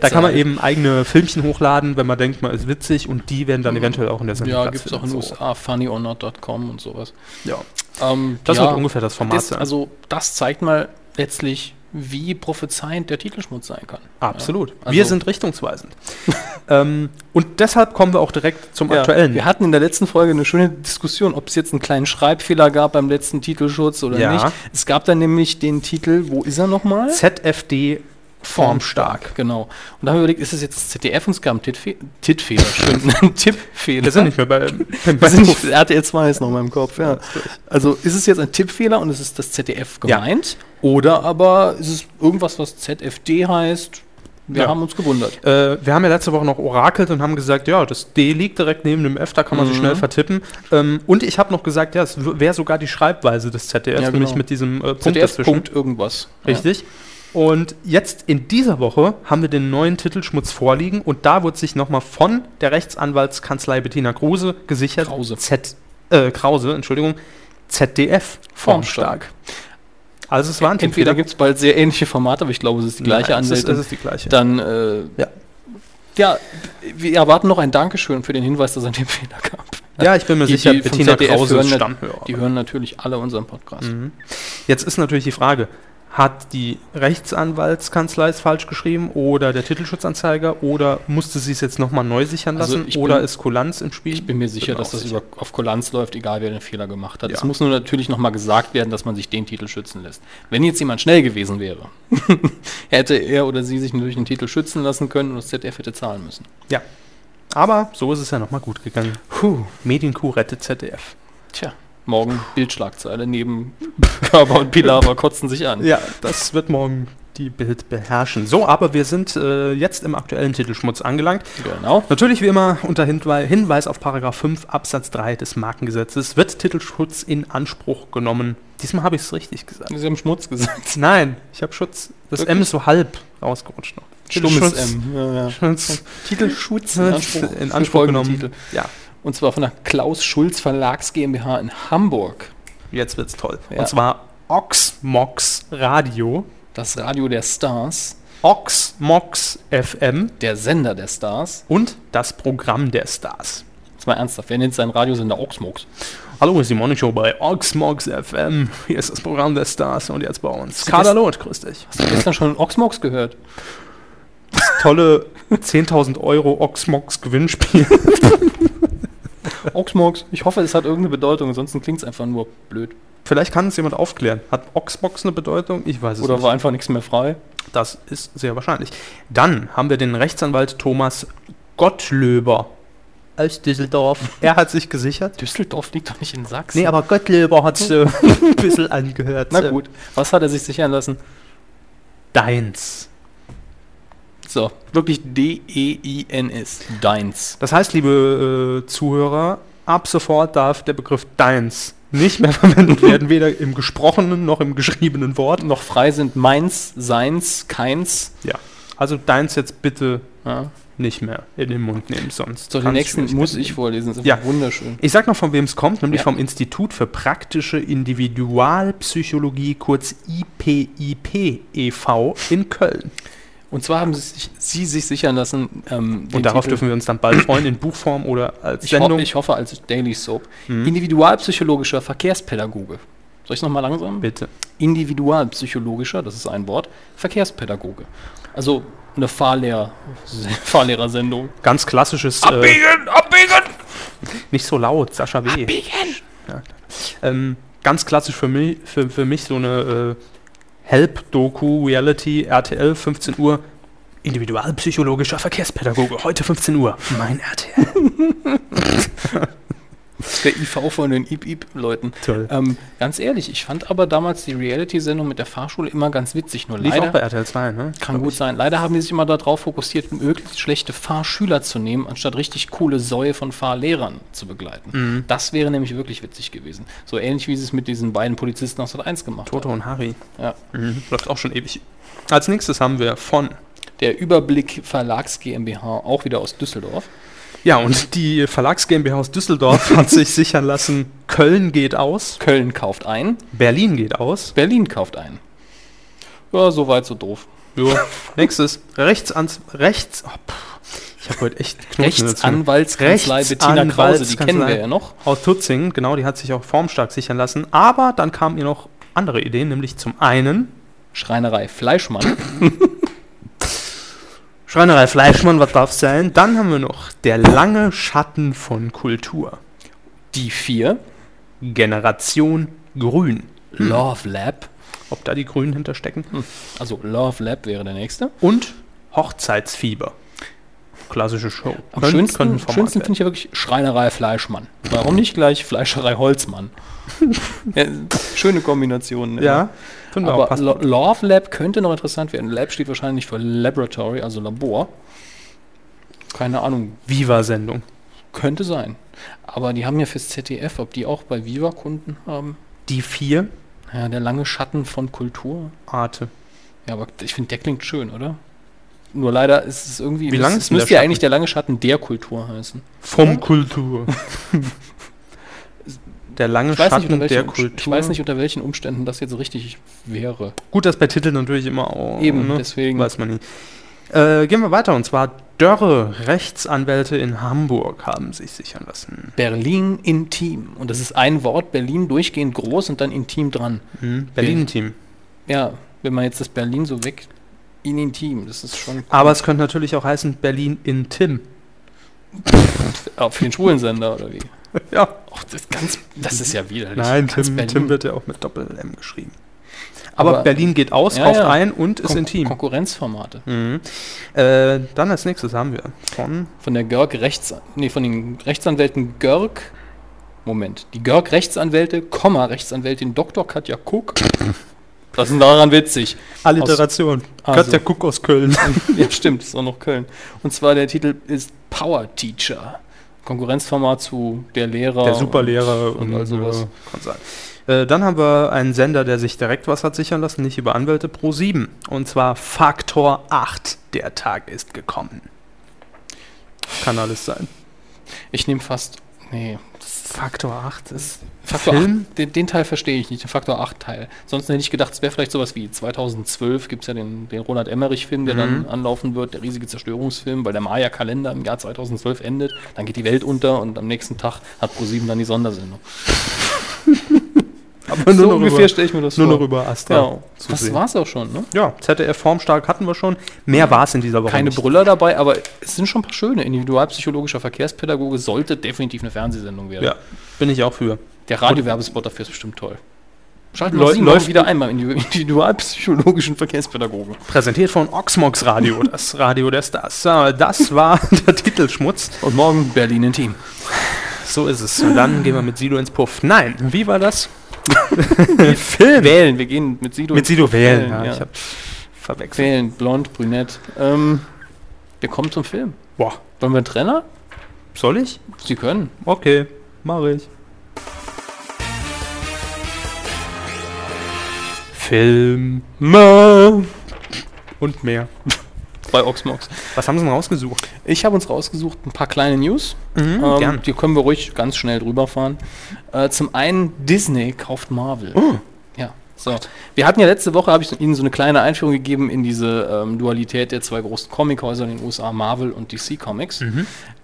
E: da kann man eben eigene Filmchen hochladen, wenn man denkt, man ist witzig und die werden dann eventuell auch in der Sendung
C: Ja, gibt
E: Platz
C: es auch in
E: finden.
C: den
E: So.
C: USA, funnyorrnot.com und sowas.
E: Ja.
C: Ähm,
E: Das
C: ja,
E: wird ungefähr das Format
C: das,
E: sein.
C: Also, das zeigt mal letztlich, wie prophezeiend der Titelschmutz sein kann.
E: Absolut.
C: also-
E: wir sind richtungsweisend. (laughs) ähm, und deshalb kommen wir auch direkt zum aktuellen.
C: Wir hatten in der letzten Folge eine schöne Diskussion, ob es jetzt einen kleinen Schreibfehler gab beim letzten Titelschutz oder
E: Ja.
C: nicht. Es gab dann nämlich den Titel, wo ist er nochmal?
E: ZFD formstark.
C: Genau. Und da haben wir überlegt, ist es jetzt das ZDF und es gab einen Titfe Titfehler, stimmt, (laughs) einen Tippfehler.
E: Wir sind nicht mehr (laughs) bei,
C: Wir sind nicht, RTL 2 ist noch in meinem Kopf, ja. Also ist es jetzt ein Tippfehler und es ist das ZDF
E: Ja.
C: gemeint? Oder aber ist es irgendwas, was ZFD heißt? Wir
E: Ja.
C: haben uns gewundert.
E: Äh, wir haben ja letzte Woche noch orakelt und haben gesagt, ja, das D liegt direkt neben dem F, da kann man sich
C: Mhm.
E: schnell vertippen. Ähm, und ich habe noch gesagt, ja, es wäre sogar die Schreibweise des ZDF,
C: Ja,
E: nämlich
C: genau.
E: mit diesem äh, Punkt
C: ZDF
E: dazwischen.
C: Punkt irgendwas.
E: Richtig. Und jetzt in dieser Woche haben wir den neuen Titelschmutz vorliegen und da wird sich nochmal von der Rechtsanwaltskanzlei Bettina Kruse gesichert.
C: Krause.
E: Z, äh, Krause, Entschuldigung. ZDF formstark. Also es war ein
C: Entweder
E: Tippfehler.
C: gibt es bald sehr ähnliche Formate, aber ich glaube, es ist die gleiche
E: Nein, es ist-
C: Anwältin.
E: Es ist die gleiche.
C: Dann, äh,
E: Ja.
C: ja, wir erwarten noch ein Dankeschön für den Hinweis, dass es einen Fehler gab.
E: ja, ich bin mir
C: Die-
E: sicher,
C: die vom
E: Bettina
C: ZDF
E: Krause ist
C: hören nat-
E: Stammhörer.
C: Die hören natürlich alle unseren
E: Mhm.
C: Podcast.
E: Jetzt ist natürlich die Frage, hat die Rechtsanwaltskanzlei es falsch geschrieben oder der Titelschutzanzeiger oder musste sie es jetzt nochmal neu sichern
C: Also
E: lassen
C: ich bin-
E: oder ist Kulanz im Spiel?
C: Ich bin mir Genau, sicher,
E: auch
C: dass das über, auf Kulanz läuft, egal wer den Fehler gemacht hat.
E: Ja.
C: Es muss nur natürlich nochmal gesagt werden, dass man sich den Titel schützen lässt. Wenn jetzt jemand schnell gewesen wäre, (laughs) hätte er oder sie sich natürlich den Titel schützen lassen können und das ZDF hätte zahlen müssen.
E: Ja. Aber so ist es ja nochmal gut gegangen. Puh. Medienkuh rettet ZDF.
C: Tja, morgen Bildschlagzeile neben (laughs) Körper und Pilawa kotzen sich an.
E: Ja, das wird morgen die Bild beherrschen. So, aber wir sind äh, jetzt im aktuellen Titelschmutz angelangt.
C: Genau.
E: Natürlich wie immer unter Hinwe Hinweis auf Paragraph 5 Absatz 3 des Markengesetzes wird Titelschutz in Anspruch genommen. Diesmal habe ich es richtig gesagt.
C: Sie haben Schmutz gesagt.
E: Nein, ich habe Schutz. Das M ist so halb rausgerutscht noch.
C: Stummes
E: Schutz.
C: M. Ja, ja.
E: (laughs) Schutz
C: Titelschutz
E: in Anspruch, in Anspruch genommen. Ja,
C: Und zwar von der Klaus Schulz Verlags GmbH in Hamburg.
E: jetzt wird's toll.
C: Ja.
E: Und zwar Oxmox Radio.
C: Das Radio der Stars,
E: Oxmox FM
C: der Sender der Stars.
E: und das Programm der Stars.
C: Jetzt mal ernsthaft, wer nennt seinen Radiosender Oxmox?
E: Hallo, ist die Morning Show bei Oxmox FM. Hier ist das Programm der Stars und jetzt bei uns. Kader Loth, grüß dich.
C: Hast du gestern schon Oxmox gehört?
E: Tolle 10.000 Euro Oxmox Gewinnspiel. (laughs)
C: Oxmox. Ich hoffe, es hat irgendeine Bedeutung, ansonsten klingt es einfach nur blöd.
E: Vielleicht kann uns jemand aufklären. Hat Oxmox eine Bedeutung? Ich weiß es
C: Oder
E: nicht.
C: war einfach nichts mehr frei?
E: Das ist sehr wahrscheinlich. Dann haben wir den Rechtsanwalt Thomas Gottlöber aus Düsseldorf. Er hat sich gesichert.
C: Düsseldorf liegt doch nicht in Sachsen.
E: Nee, aber Gottlöber hat es äh, (laughs) ein bisschen angehört.
C: Na gut, was hat er sich sichern lassen?
E: Deins.
C: So, wirklich E D-E-I-N-S. Deins.
E: Das heißt, liebe äh, Zuhörer, ab sofort darf der Begriff deins nicht mehr (laughs) verwendet werden, weder im gesprochenen noch im geschriebenen Wort.
C: Noch frei sind meins, seins, keins.
E: Ja. Also deins jetzt bitte
C: Ja.
E: nicht mehr in den Mund nehmen, sonst.
C: So, den
E: kann's
C: nächsten
E: schwierig
C: muss
E: werden.
C: ich vorlesen. Das ist
E: Ja.
C: einfach wunderschön.
E: Ich sag noch, von wem es kommt, nämlich
C: Ja.
E: vom Institut für praktische Individualpsychologie, kurz IPIP e.V. E in Köln.
C: Und zwar haben sie sich, sie sich sichern lassen. Ähm, den
E: Und darauf
C: Titel-
E: dürfen wir uns dann bald freuen, in Buchform oder als
C: ich,
E: Sendung.
C: ho ich hoffe als Daily Soap. Individualpsychologischer Verkehrspädagoge. Soll ich nochmal langsam?
E: Bitte.
C: Individualpsychologischer, das ist ein Wort, Verkehrspädagoge. Also eine Fahrlehr (laughs) Fahrlehrersendung.
E: Ganz klassisches. Äh,
A: Abbiegen, abbiegen!
E: nicht so laut, Sascha W. Ähm, ganz klassisch für mich, für, für mich so eine äh, Help-Doku, Reality, RTL, 15 Uhr. Individualpsychologischer Verkehrspädagoge, heute 15 Uhr. Mein RTL.
C: Das ist der IV von den IP-IP-Leuten.
E: Toll.
C: Ähm, ganz ehrlich, ich fand aber damals die Reality-Sendung mit der Fahrschule immer ganz witzig. Nur
E: Lief auch bei
C: leider,
E: RTL 2, ne?
C: kann gut sein, leider haben die sich immer darauf fokussiert, möglichst schlechte Fahrschüler zu nehmen, anstatt richtig coole Säue von Fahrlehrern zu begleiten.
E: Mhm.
C: Das wäre nämlich wirklich witzig gewesen. So ähnlich wie sie es mit diesen beiden Polizisten aus 1 gemacht
E: Toto
C: haben.
E: und Harry.
C: Ja.
E: Mhm, Läuft auch schon ewig. Als nächstes haben wir von.
C: Der Überblick Verlags GmbH, auch wieder aus Düsseldorf.
E: Ja, und die Verlags GmbH aus (laughs) Düsseldorf hat sich sichern lassen, Köln geht aus,
C: Köln kauft ein,
E: Berlin geht aus.
C: Berlin kauft ein. Ja, so weit, so doof.
E: Ja. Nächstes, rechts ans rechts. Oh, pff, ich habe heute echt Knoten in der Zunge.
C: Rechtsanwaltskanzlei Bettina Krause, die kennen wir
E: Rechtsanwaltskanzlei
C: ja noch.
E: Aus Tutzing, genau, die hat sich auch formstark sichern lassen. Aber dann kamen ihr noch andere Ideen, nämlich zum einen
C: Schreinerei Fleischmann.
E: Schreinerei Fleischmann, was darf sein? Dann haben wir noch der lange Schatten von Kultur.
C: Die 4.
E: Generation Grün.
C: Love Lab.
E: Ob da die Grünen hinterstecken?
C: Also Love Lab wäre der nächste.
E: Und Hochzeitsfieber. Klassische Show.
C: Am
E: Könnt- könnte ein
C: schönsten,
E: Format
C: schönsten finde
E: werden.
C: ich ja wirklich Schreinerei Fleischmann. Warum nicht gleich Fleischerei
E: (laughs)
C: Holzmann? ja, schöne Kombination. ne?
E: Ja, finde auch
C: Aber
E: passt.
C: Lo Love Lab könnte noch interessant werden. Lab steht wahrscheinlich für Laboratory, also Labor. Keine Ahnung,
E: Viva-Sendung.
C: könnte sein. Aber die haben ja fürs ZDF, ob die auch bei Viva Kunden haben.
E: Die vier
C: Ja, der lange Schatten von Kultur.
E: Arte.
C: Ja, aber ich finde, der klingt schön, oder? Nur leider ist es irgendwie.
E: Wie lang
C: es-
E: ist
C: es
E: denn
C: müsste
E: der
C: ja
E: Schatten?
C: eigentlich der lange Schatten der Kultur heißen. (laughs)
E: Vom Kultur. der lange
C: Ich weiß, nicht,
E: Schatten
C: unter
E: der
C: welchen,
E: Kultur.
C: ich weiß nicht, unter welchen Umständen das jetzt richtig wäre.
E: Gut, dass bei Titeln natürlich immer auch. ne?
C: Eben, deswegen.
E: Weiß man nie. Äh, gehen wir weiter und zwar Dörre, Rechtsanwälte in Hamburg haben sich sichern lassen.
C: Berlin intim. Und das ist ein Wort, Berlin durchgehend groß und dann intim dran.
E: Hm? Berlin-Team.
C: Ja, wenn man jetzt das Berlin so weg in intim, das ist schon
E: Aber es könnte natürlich auch heißen Berlin in Tim. (laughs)
C: auf den Schwulensender oder wie?
E: Ja.
C: Och, das, ist ganz, das ist ja widerlich.
E: Nein,
C: Ganz
E: Tim,
C: Berlin.
E: Tim wird ja auch mit Doppel-M geschrieben. Aber,
C: Aber-
E: Berlin geht aus,
C: Ja,
E: kauft
C: ja.
E: ein und ist
C: Kon
E: intim.
C: Konkurrenzformate.
E: Mhm. Äh, dann als nächstes haben wir von
C: Von der Görg Rechts, nee, von den Rechtsanwälten Görg. Moment, die Görg Rechtsanwälte, Komma Rechtsanwältin Dr. Katja
E: (laughs)
C: Kuck. Das ist daran witzig.
E: Alliteration.
C: Also.
E: Katja Kuck aus Köln.
C: ja, stimmt, ist auch noch Köln. Und zwar der Titel ist Power Teacher. Konkurrenzformat zu der Lehrer.
E: Der Superlehrer
C: und all sowas.
E: äh, kann sein. Äh, dann haben wir einen Sender, der sich direkt was hat sichern lassen, nicht über Anwälte pro 7. Und zwar Faktor 8. Der Tag ist gekommen. Kann alles sein.
C: Ich nehme fast. Nee.
E: Faktor 8 ist.
C: Faktor
E: Film?
C: 8, den, den Teil verstehe ich nicht, den Faktor 8 Teil. Sonst hätte ich gedacht, es wäre vielleicht sowas wie 2012 gibt es ja den, den Roland Emmerich-Film, der dann
E: Mhm.
C: anlaufen wird, der riesige Zerstörungsfilm, weil der Maya-Kalender im Jahr 2012 endet, dann geht die Welt unter und am nächsten Tag hat ProSieben dann die Sondersendung.
E: (laughs) Aber
C: so
E: noch
C: ungefähr
E: über-
C: stelle ich mir das
E: nur
C: vor.
E: noch über Astra.
C: Ja,
E: zu
C: das
E: sehen.
C: war's auch schon, ne?
E: Ja, ZDF formstark hatten wir schon. Mehr war es in dieser Woche.
C: Keine
E: nicht.
C: Brüller dabei, aber es sind schon ein paar schöne. Individualpsychologischer Verkehrspädagoge sollte definitiv eine Fernsehsendung werden.
E: Ja, bin ich auch für.
C: Der Radiowerbespot dafür ist bestimmt toll. Schalten
E: Läu-
C: wir
E: läuft-
C: läuft wieder einmal in die (laughs) individualpsychologischen Verkehrspädagogen.
E: Präsentiert von Oxmox (laughs) Radio, das Radio der Stars. So, Das war (laughs) der Titelschmutz.
C: Und morgen Berlin intim.
E: So ist es. Und dann gehen wir mit Sido ins Puff. Nein, wie war (laughs) das? Film.
C: Wählen, wir gehen mit Sido.
E: Mit Sido wählen. Ja,
C: ja.
E: Ich hab verwechselt.
C: Wählen, blond, brünett. Ähm, Wir kommen zum Film.
E: Boah.
C: Wollen wir einen Trainer?
E: Soll ich?
C: Sie können.
E: Okay, mache ich. Film und mehr.
C: Bei Oxmox.
E: Was haben sie denn rausgesucht? Hm,
C: Ich habe uns rausgesucht ein paar kleine News. ähm,
E: gern.
C: Die können wir ruhig ganz schnell drüberfahren. Äh, zum einen, Disney kauft Marvel. Ja. So. Wir hatten ja letzte Woche, habe ich Ihnen so eine kleine Einführung gegeben in diese ähm, Dualität der zwei großen Comichäuser in den USA, Marvel und DC Comics.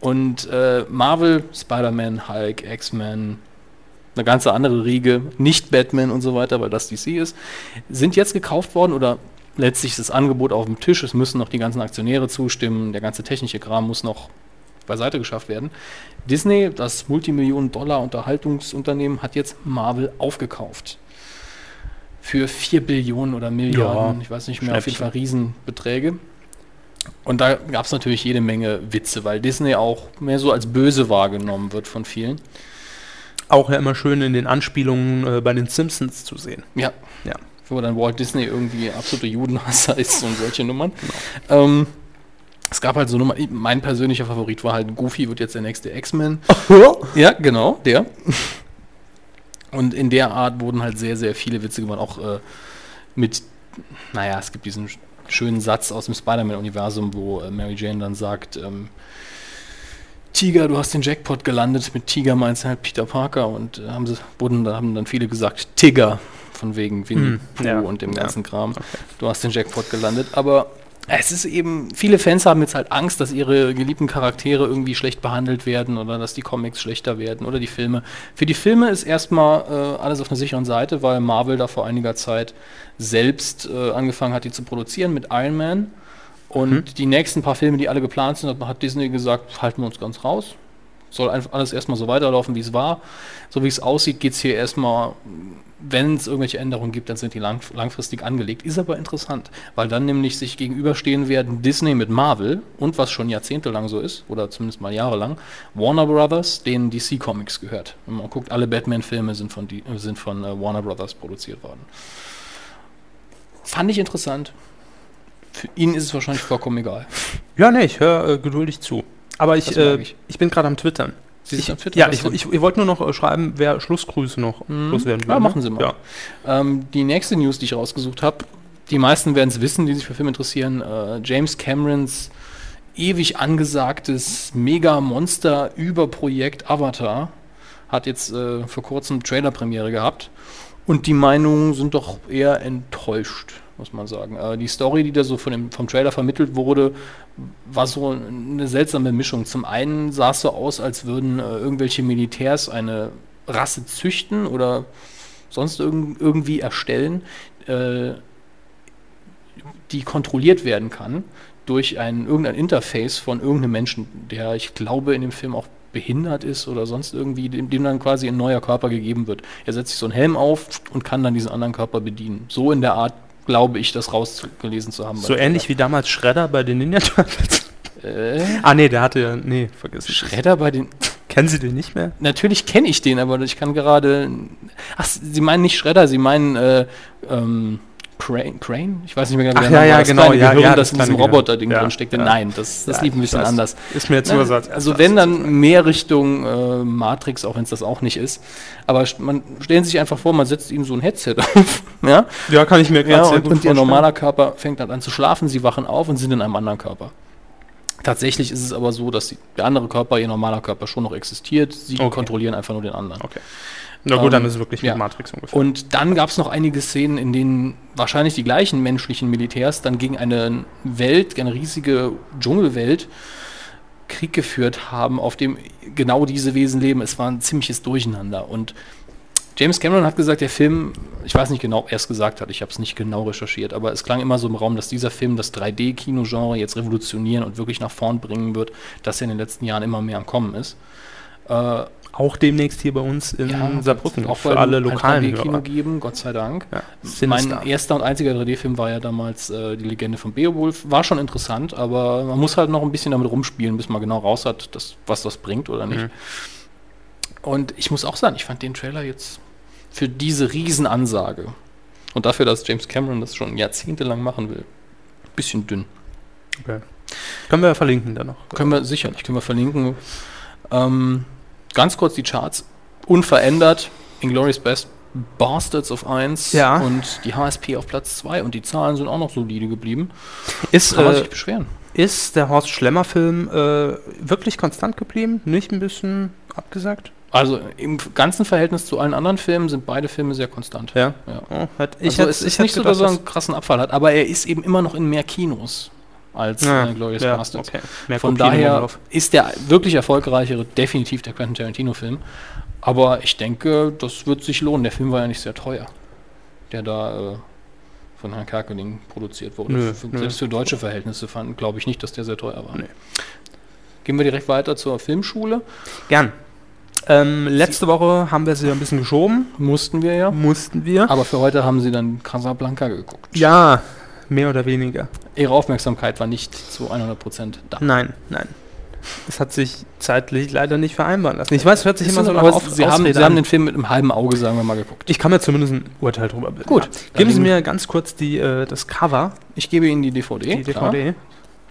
C: Und äh, Marvel, Spider-Man, Hulk, X-Men, eine ganze andere Riege, nicht Batman und so weiter, weil das DC ist, sind jetzt gekauft worden oder letztlich ist das Angebot auf dem Tisch, es müssen noch die ganzen Aktionäre zustimmen, der ganze technische Kram muss noch beiseite geschafft werden. Disney, das Multimillionen-Dollar-Unterhaltungsunternehmen, hat jetzt Marvel aufgekauft. Für 4 Billionen oder Milliarden,
E: Ja,
C: ich weiß nicht mehr, auf jeden
E: Schnäppchen.
C: Fall Riesenbeträge. Und da gab es natürlich jede Menge Witze, weil Disney auch mehr so als böse wahrgenommen wird von vielen.
E: Auch ja immer schön in den Anspielungen äh, bei den Simpsons zu sehen.
C: Ja,
E: Ja.
C: wo dann Walt Disney irgendwie absoluter Judenhasser (laughs) ist und solche Nummern. Ähm, es gab halt so Nummern, ich- mein persönlicher Favorit war halt Goofy wird jetzt der nächste X-Men. Ja, genau, der. Und in der Art wurden halt sehr, sehr viele Witze gemacht, auch äh, mit, naja, es gibt diesen sch- schönen Satz aus dem Spider-Man-Universum, wo äh, Mary Jane dann sagt, ähm, Tiger, du hast den Jackpot gelandet. Mit Tiger meinst du halt Peter Parker und äh, haben, sie, wurden, da haben dann viele gesagt, Tigger, von wegen Winnie
E: Hm,
C: Pooh
E: ja,
C: und dem
E: ja.
C: ganzen Kram. Du hast den Jackpot gelandet, aber es ist eben, viele Fans haben jetzt halt Angst, dass ihre geliebten Charaktere irgendwie schlecht behandelt werden oder dass die Comics schlechter werden oder die Filme. Für die Filme ist erstmal äh, alles auf einer sicheren Seite, weil Marvel da vor einiger Zeit selbst äh, angefangen hat, die zu produzieren mit Iron Man. Und die nächsten paar Filme, die alle geplant sind, hat- hat Disney gesagt, halten wir uns ganz raus. Soll einfach alles erstmal so weiterlaufen, wie es war. So wie es aussieht, geht es hier erstmal, wenn es irgendwelche Änderungen gibt, dann sind die lang, langfristig angelegt. Ist aber interessant, weil dann nämlich sich gegenüberstehen werden Disney mit Marvel und was schon jahrzehntelang so ist, oder zumindest mal jahrelang, Warner Brothers, denen DC Comics gehört. Wenn man guckt, alle Batman-Filme sind von, die, sind von äh, Warner Brothers produziert worden. Fand ich interessant. Für ihn ist es wahrscheinlich vollkommen egal.
E: Ja, nee, ich höre äh, geduldig zu. Aber ich,
C: Das
E: äh,
C: mag
E: ich.
C: ich.
E: bin gerade am Twittern.
C: Sie sind
E: ich,
C: auf Twitter,
E: ja,
C: was
E: ich,
C: denn? Mhm.
E: ich, ich wollte nur noch äh, schreiben, wer Schlussgrüße noch loswerden will.
C: Ja,
E: ne?
C: machen Sie mal.
E: Ja.
C: Ähm, die nächste News, die ich rausgesucht habe, die meisten werden es wissen, die sich für Film interessieren. Äh, James Camerons ewig angesagtes Mega-Monster-Überprojekt Avatar hat jetzt äh, vor kurzem Trailer-Premiere gehabt. Und die Meinungen sind doch eher enttäuscht, muss man sagen. Äh, die Story, die da so von dem, vom Trailer vermittelt wurde, war so eine seltsame Mischung. Zum einen sah es so aus, als würden äh, irgendwelche Militärs eine Rasse züchten oder sonst irgend, irgendwie erstellen, äh, die kontrolliert werden kann durch ein, irgendein Interface von irgendeinem Menschen, der, ich glaube, in dem Film auch behindert ist oder sonst irgendwie, dem, dem dann quasi ein neuer Körper gegeben wird. Er setzt sich so einen Helm auf und kann dann diesen anderen Körper bedienen. So in der Art, glaube ich, das rausgelesen zu haben.
E: So ähnlich wie damals Shredder bei den Ninja Turtles. (laughs) Ah, nee, der hatte ja. Nee, vergiss es.
C: Äh, Schredder bei den
E: Kennen Sie den nicht mehr?
C: Natürlich kenne ich den, aber ich kann gerade. Ach, Sie meinen nicht Shredder, Sie meinen äh, ähm, Crane, Crane? Ich weiß nicht mehr genau,
E: Ach,
C: der
E: ja, ja,
C: war. das
E: genau,
C: kleine
E: ja,
C: Gehirn,
E: ja, das
C: das in diesem
E: kleine Gehirn.
C: Roboterding
E: Ja,
C: drin steckte.
E: ja.
C: Nein, das, das
E: Ja,
C: lief ein
E: ich
C: bisschen
E: weiß.
C: anders.
E: Ist mir jetzt
C: Na,
E: nur Satz.
C: Also wenn dann mehr Richtung äh, Matrix, auch wenn es das auch nicht ist. Aber st- man stellen Sie sich einfach vor, man setzt ihm so ein Headset (laughs) auf, ja,
E: Ja, kann ich mir
C: ja,
E: grad sehr
C: und,
E: gut
C: und ihr
E: vorstellen.
C: normaler Körper fängt dann an zu schlafen, sie wachen auf und sind in einem anderen Körper. Tatsächlich ist es aber so, dass die, der andere Körper, ihr normaler Körper schon noch existiert. Sie
E: Okay.
C: kontrollieren einfach nur den anderen.
E: Okay. Na gut, dann
C: Ähm,
E: ist es wirklich
C: ja.
E: mit Matrix ungefähr.
C: Und dann gab es noch einige Szenen, in denen wahrscheinlich die gleichen menschlichen Militärs dann gegen eine Welt, eine riesige Dschungelwelt, Krieg geführt haben, auf dem genau diese Wesen leben. Es war ein ziemliches Durcheinander. Und James Cameron hat gesagt, der Film, ich weiß nicht genau, ob er es gesagt hat, ich habe es nicht genau recherchiert, aber es klang immer so im Raum, dass dieser Film das 3D-Kinogenre jetzt revolutionieren und wirklich nach vorn bringen wird, dass er in den letzten Jahren immer mehr am Kommen ist.
E: auch demnächst hier bei uns in Saarbrücken.
C: Auch
E: für alle lokalen
C: Kino
E: Hörer.
C: geben, Gott sei Dank.
E: Ja,
C: Mein
E: Sinister.
C: erster und einziger 3D-Film war ja damals äh, die Legende von Beowulf. War schon interessant, aber man muss halt noch ein bisschen damit rumspielen, bis man genau raus hat, dass, was das bringt oder nicht. Und ich muss auch sagen, ich fand den Trailer jetzt für diese Riesenansage und dafür, dass James Cameron das schon jahrzehntelang machen will, bisschen dünn.
E: Okay. Können Können wir ja verlinken dann noch.
C: Können wir sicherlich, können wir verlinken. Ähm, ganz kurz die Charts. Unverändert, Inglourious Best Bastards auf 1
E: Ja.
C: und die HSP auf Platz 2 und die Zahlen sind auch noch solide geblieben.
E: Ist,
C: Kann man
E: äh,
C: sich beschweren.
E: ist der Horst Schlemmer-Film äh, wirklich konstant geblieben? Nicht ein bisschen abgesagt?
C: Also im ganzen Verhältnis zu allen anderen Filmen sind beide Filme sehr konstant.
E: Ja.
C: Ja.
E: Oh, hat,
C: Ich
E: ich
C: also
E: hätt-
C: es
E: ich
C: ist
E: hätt
C: nicht so,
E: gedacht,
C: dass er einen krassen Abfall hat, aber er ist eben immer noch in mehr Kinos als
E: Ja,
C: äh, Glorious
E: ja,
C: Bastards.
E: okay. Mehr
C: Von
E: Kopien
C: daher
E: oben drauf.
C: ist der wirklich erfolgreichere definitiv der Quentin Tarantino-Film. Aber ich denke, das wird sich lohnen. Der Film war ja nicht sehr teuer, der da äh, von Herrn Kerkeling produziert wurde.
E: Nö,
C: Für-
E: nö.
C: Selbst für deutsche Verhältnisse fanden, glaube ich nicht, dass der sehr teuer war. Gehen wir direkt weiter zur Filmschule.
E: Gern. Ähm, letzte Woche haben wir sie ein bisschen geschoben.
C: Mussten wir ja.
E: Mussten wir.
C: Aber für heute haben sie dann Casablanca geguckt.
E: Ja, mehr oder weniger.
C: Ihre Aufmerksamkeit war nicht zu 100% da.
E: Nein, nein. Es hat sich zeitlich leider nicht vereinbaren lassen. Ich weiß, es hört sich immer so
C: aber
E: nach auf,
C: sie, haben,
E: Ausrede
C: sie haben
E: an.
C: den Film mit einem halben Auge, sagen wir mal, geguckt.
E: Ich kann mir zumindest ein Urteil drüber bilden.
C: Gut.
E: Ja. Geben Sie
C: Dann-
E: mir ganz kurz die, äh, das Cover,
C: Ich gebe Ihnen die DVD.
E: die
C: klar.
E: DVD.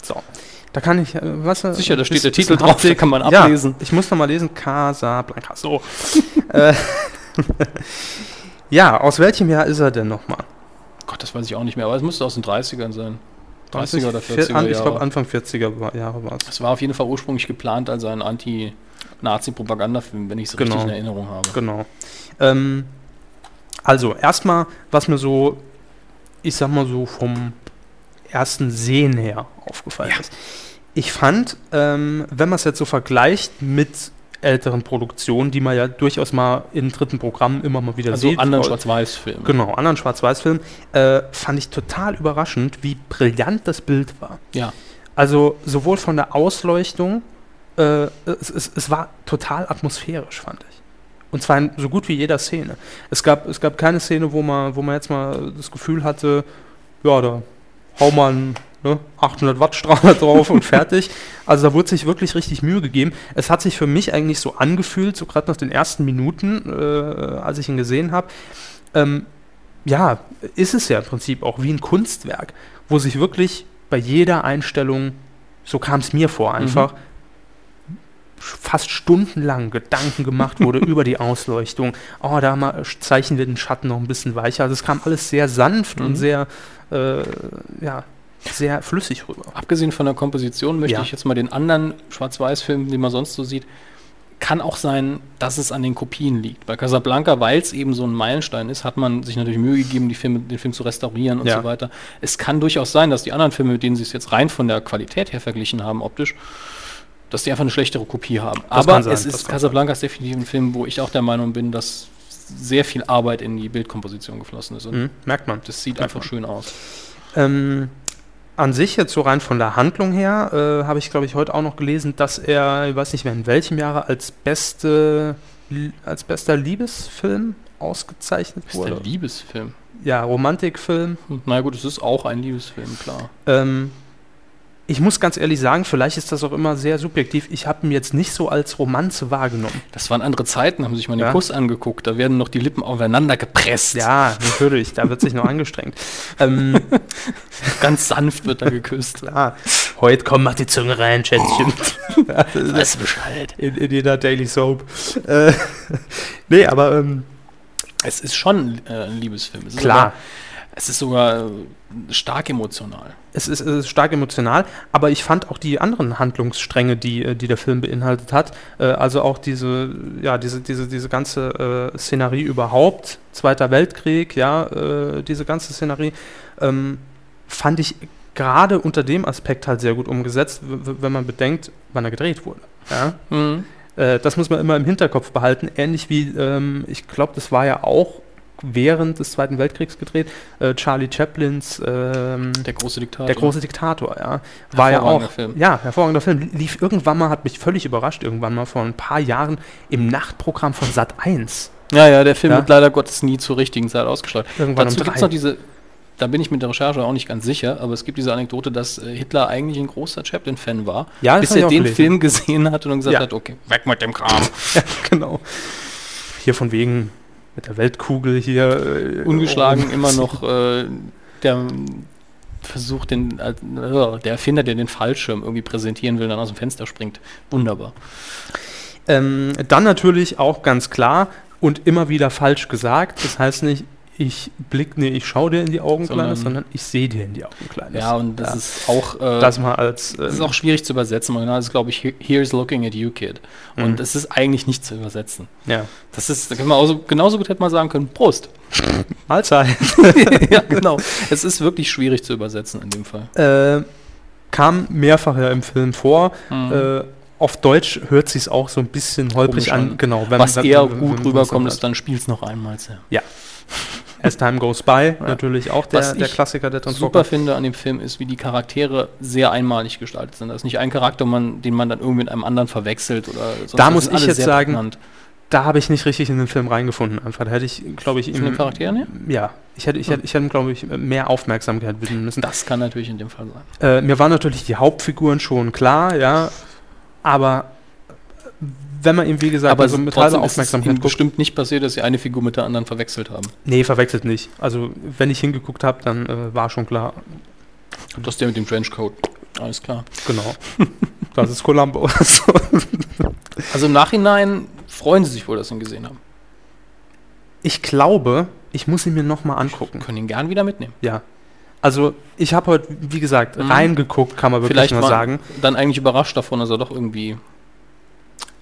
E: So. Da kann ich, äh, was? äh,
C: Sicher, da steht
E: bis-
C: der
E: bis
C: Titel
E: zum
C: drauf,
E: Hauptbild-
C: da kann man ablesen.
E: Ja, ich muss nochmal lesen. Casablanca. So. (laughs) Äh, ja, aus welchem Jahr ist er denn nochmal?
C: Gott, das weiß ich auch nicht mehr, aber es müsste aus den 30ern sein. 30er oder
E: Vier- an-
C: 40er
E: Ich glaube,
C: Jahre.
E: Anfang 40er war- Jahre war es.
C: Es war auf jeden Fall ursprünglich geplant als ein Anti-Nazi-Propagandafilm, wenn ich es
E: Genau.
C: richtig in Erinnerung habe.
E: Genau. Ähm, also, erstmal, was mir so, ich sag mal so, vom ersten Sehen her aufgefallen ist. Ich fand, ähm, wenn man es jetzt so vergleicht mit älteren Produktionen, die man ja durchaus mal in dritten Programmen immer mal wieder
C: Also
E: sieht.
C: anderen
E: äh,
C: Schwarz-Weiß-Film.
E: Genau, anderen Schwarz-Weiß-Film, äh, fand ich total überraschend, wie brillant das Bild war.
C: Ja.
E: Also sowohl von der Ausleuchtung, äh, es, es, es war total atmosphärisch, fand ich. Und zwar in so gut wie jeder Szene. Es gab, es gab keine Szene, wo man, wo man jetzt mal das Gefühl hatte, ja, da hau mal einen ne, 800 Watt Strahler (laughs) drauf und fertig. Also da wurde sich wirklich richtig Mühe gegeben. Es hat sich für mich eigentlich so angefühlt, so gerade nach den ersten Minuten, äh, als ich ihn gesehen habe, ähm, ja, ist es ja im Prinzip auch wie ein Kunstwerk, wo sich wirklich bei jeder Einstellung, so kam es mir vor einfach, sch- fast stundenlang Gedanken gemacht wurde über die Ausleuchtung. Oh, da mal äh, zeichnen wir den Schatten noch ein bisschen weicher. Also es kam alles sehr sanft und sehr, äh, ja, sehr flüssig rüber.
C: Abgesehen von der Komposition möchte
E: Ja.
C: ich jetzt mal den anderen Schwarz-Weiß-Film, den man sonst so sieht, kann auch sein, dass es an den Kopien liegt. Bei Casablanca, weil es eben so ein Meilenstein ist, hat man sich natürlich Mühe gegeben, die Filme, den Film zu restaurieren und
E: Ja.
C: so weiter. Es kann durchaus sein, dass die anderen Filme, mit denen sie es jetzt rein von der Qualität her verglichen haben, optisch, dass die einfach eine schlechtere Kopie haben.
E: Das
C: Aber
E: kann sein,
C: es
E: das
C: ist
E: kann
C: Casablanca ist definitiv ein Film, wo ich auch der Meinung bin, dass sehr viel Arbeit in die Bildkomposition geflossen ist. Und
E: Mhm, merkt man.
C: Das sieht
E: Ja.
C: einfach schön aus.
E: Ähm, an sich jetzt so rein von der Handlung her, äh, habe ich glaube ich heute auch noch gelesen, dass er, ich weiß nicht mehr in welchem Jahre, als beste, als bester Liebesfilm ausgezeichnet
C: Das ist
E: wurde.
C: ein Liebesfilm.
E: ja, Romantikfilm.
C: Na gut, es ist auch ein Liebesfilm, klar.
E: Ähm, ich muss ganz ehrlich sagen, vielleicht ist das auch immer sehr subjektiv. Ich habe ihn jetzt nicht so als Romanze wahrgenommen.
C: Das waren andere Zeiten, haben sich mal den
E: Ja.
C: Kuss angeguckt. Da werden noch die Lippen aufeinander gepresst.
E: Ja, natürlich, da wird sich noch (laughs) angestrengt. Ähm,
C: (laughs) Ganz sanft
E: (laughs)
C: wird da geküsst.
E: ah, heute komm, mach die Zunge rein, Schätzchen. (laughs)
C: Weißt du Bescheid.
E: In, in jeder Daily Soap. Äh, (laughs) nee, aber ähm,
C: Es ist schon äh, ein Liebesfilm. Es ist
E: klar.
C: Sogar, es ist sogar äh, stark emotional.
E: es ist, es ist stark emotional, aber ich fand auch die anderen Handlungsstränge, die, äh, die der Film beinhaltet hat, äh, also auch diese, ja, diese, diese, diese ganze äh, Szenerie überhaupt, Zweiter Weltkrieg, ja, äh, diese ganze Szenerie, ähm, fand ich gerade unter dem Aspekt halt sehr gut umgesetzt, w- w- wenn man bedenkt, wann er gedreht wurde. Ja? Äh, das muss man immer im Hinterkopf behalten, ähnlich wie, ähm, ich glaube, das war ja auch während des Zweiten Weltkriegs gedreht, äh, Charlie Chaplins ähm,
C: Der große Diktator.
E: der große Diktator, ja. War ja
C: Hervorragender
E: auch.
C: Film.
E: Ja, hervorragender Film. Lief irgendwann mal, hat mich völlig überrascht, irgendwann mal vor ein paar Jahren im Nachtprogramm von Sat 1.
C: ja, ja, der Film
E: Ja.
C: wird leider Gottes nie zur richtigen Zeit ausgestrahlt.
E: Irgendwann
C: Dazu
E: um
C: gibt es
E: drei.
C: noch diese, da bin ich mit der Recherche auch nicht ganz sicher, aber es gibt diese Anekdote, dass äh, Hitler eigentlich ein großer Chaplin-Fan war,
E: Ja,
C: bis
E: das hab ich
C: er
E: auch
C: den
E: gelesen.
C: Film gesehen hat und dann gesagt
E: Ja.
C: hat, okay, weg mit dem Kram.
E: ja, genau. Hier von wegen mit der Weltkugel hier. äh,
C: ungeschlagen
E: oh.
C: immer noch äh, der, versucht, den, äh, der Erfinder, der den Fallschirm irgendwie präsentieren will, dann aus dem Fenster springt. Wunderbar.
E: Ähm, dann natürlich auch ganz klar und immer wieder falsch gesagt. Das heißt nicht, ich blick, nee, ich schaue dir in die Augen,
C: Sondern-
E: Kleines, sondern ich sehe dir in die Augen, Kleines.
C: Ja, und das ist auch. äh,
E: das mal als. ähm,
C: Das ist auch schwierig zu übersetzen. Im Original ist, glaube ich, "Here- Here's Looking at You, Kid. Und es ist eigentlich nicht zu übersetzen.
E: ja.
C: Das ist, da können wir auch so, genauso gut hätte man sagen können, Prost.
E: Mahlzeit.
C: ja, (laughs) genau. Es ist wirklich schwierig zu übersetzen in dem Fall.
E: äh, kam mehrfach ja im Film vor.
C: Hm.
E: Äh, auf Deutsch hört sich auch so ein bisschen holprig
C: Mhm. Komisch
E: an.
C: an.
E: Genau,
C: Was
E: wenn-
C: eher
E: wenn- wenn-
C: gut
E: wenn-
C: rüberkommt,
E: wenn-
C: ist, dann spiel's noch einmal. Sehr.
E: As Time Goes By, natürlich auch der,
C: Was
E: der
C: ich
E: Klassiker, der drin
C: super
E: vorkommt.
C: finde an dem Film ist, wie die Charaktere sehr einmalig gestaltet sind. Da ist nicht ein Charakter, man, den man dann irgendwie mit einem anderen verwechselt oder sonst
E: Da
C: was.
E: muss
C: Sind
E: ich
C: alle
E: jetzt
C: sehr
E: sagen,
C: prägnant.
E: Da habe ich nicht richtig in den Film reingefunden. Einfach, da hätte ich, glaube ich,
C: Von den
E: ihm,
C: Charakteren her?
E: ja, ich hätte, ich hätte, ich hätte, ihm, glaube ich, mehr Aufmerksamkeit widmen müssen.
C: Das kann natürlich in dem Fall sein.
E: Äh, mir waren natürlich die Hauptfiguren schon klar, ja, aber wenn man ihm, wie gesagt,
C: Aber
E: also mit
C: trotzdem
E: halber
C: ist es
E: Aufmerksamkeit
C: ihnen
E: guckt,
C: bestimmt nicht passiert, dass sie eine Figur mit der anderen verwechselt haben.
E: nee, verwechselt nicht. Also, wenn ich hingeguckt habe, dann äh, war schon klar,
C: Das ist der mit dem Trenchcoat. Alles klar. (laughs)
E: Genau. Das ist Columbo.
C: Also im Nachhinein freuen sie sich wohl, dass sie ihn gesehen haben.
E: (laughs) ich glaube, ich muss ihn mir nochmal angucken.
C: Können ihn gern wieder mitnehmen.
E: Ja. Also, ich habe heute, wie gesagt,
C: Mhm.
E: reingeguckt, kann man wirklich
C: Vielleicht
E: nur
C: mal-
E: sagen.
C: Dann eigentlich überrascht davon, dass er doch irgendwie.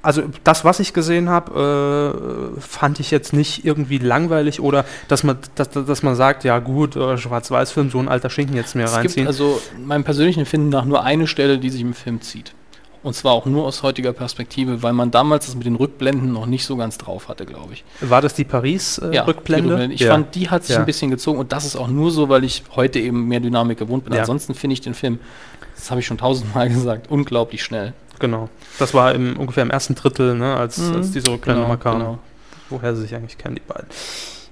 E: Also, das, was ich gesehen habe, äh, fand ich jetzt nicht irgendwie langweilig oder dass man, dass, dass man sagt, ja gut, äh, Schwarz-Weiß-Film, so ein alter Schinken jetzt mehr
C: Es gibt
E: reinziehen.
C: also meinem persönlichen Empfinden nach nur eine Stelle, die sich im Film zieht. Und zwar auch nur aus heutiger Perspektive, weil man damals das mit den Rückblenden noch nicht so ganz drauf hatte, glaube ich.
E: War das die Paris-Rückblende?
C: Ja,
E: Äh, Rückblende?
C: Rückblende. Ich
E: Ja.
C: fand, die hat sich
E: Ja.
C: ein bisschen gezogen und das ist auch nur so, weil ich heute eben mehr Dynamik gewohnt bin.
E: Ja.
C: Ansonsten finde ich den Film, das habe ich schon tausendmal (laughs) gesagt, unglaublich schnell.
E: Genau. Das war im, ungefähr im ersten Drittel, ne, als,
C: Mhm.
E: als diese Rückblende mal kam.
C: genau.
E: woher sie sich eigentlich kennen, die beiden.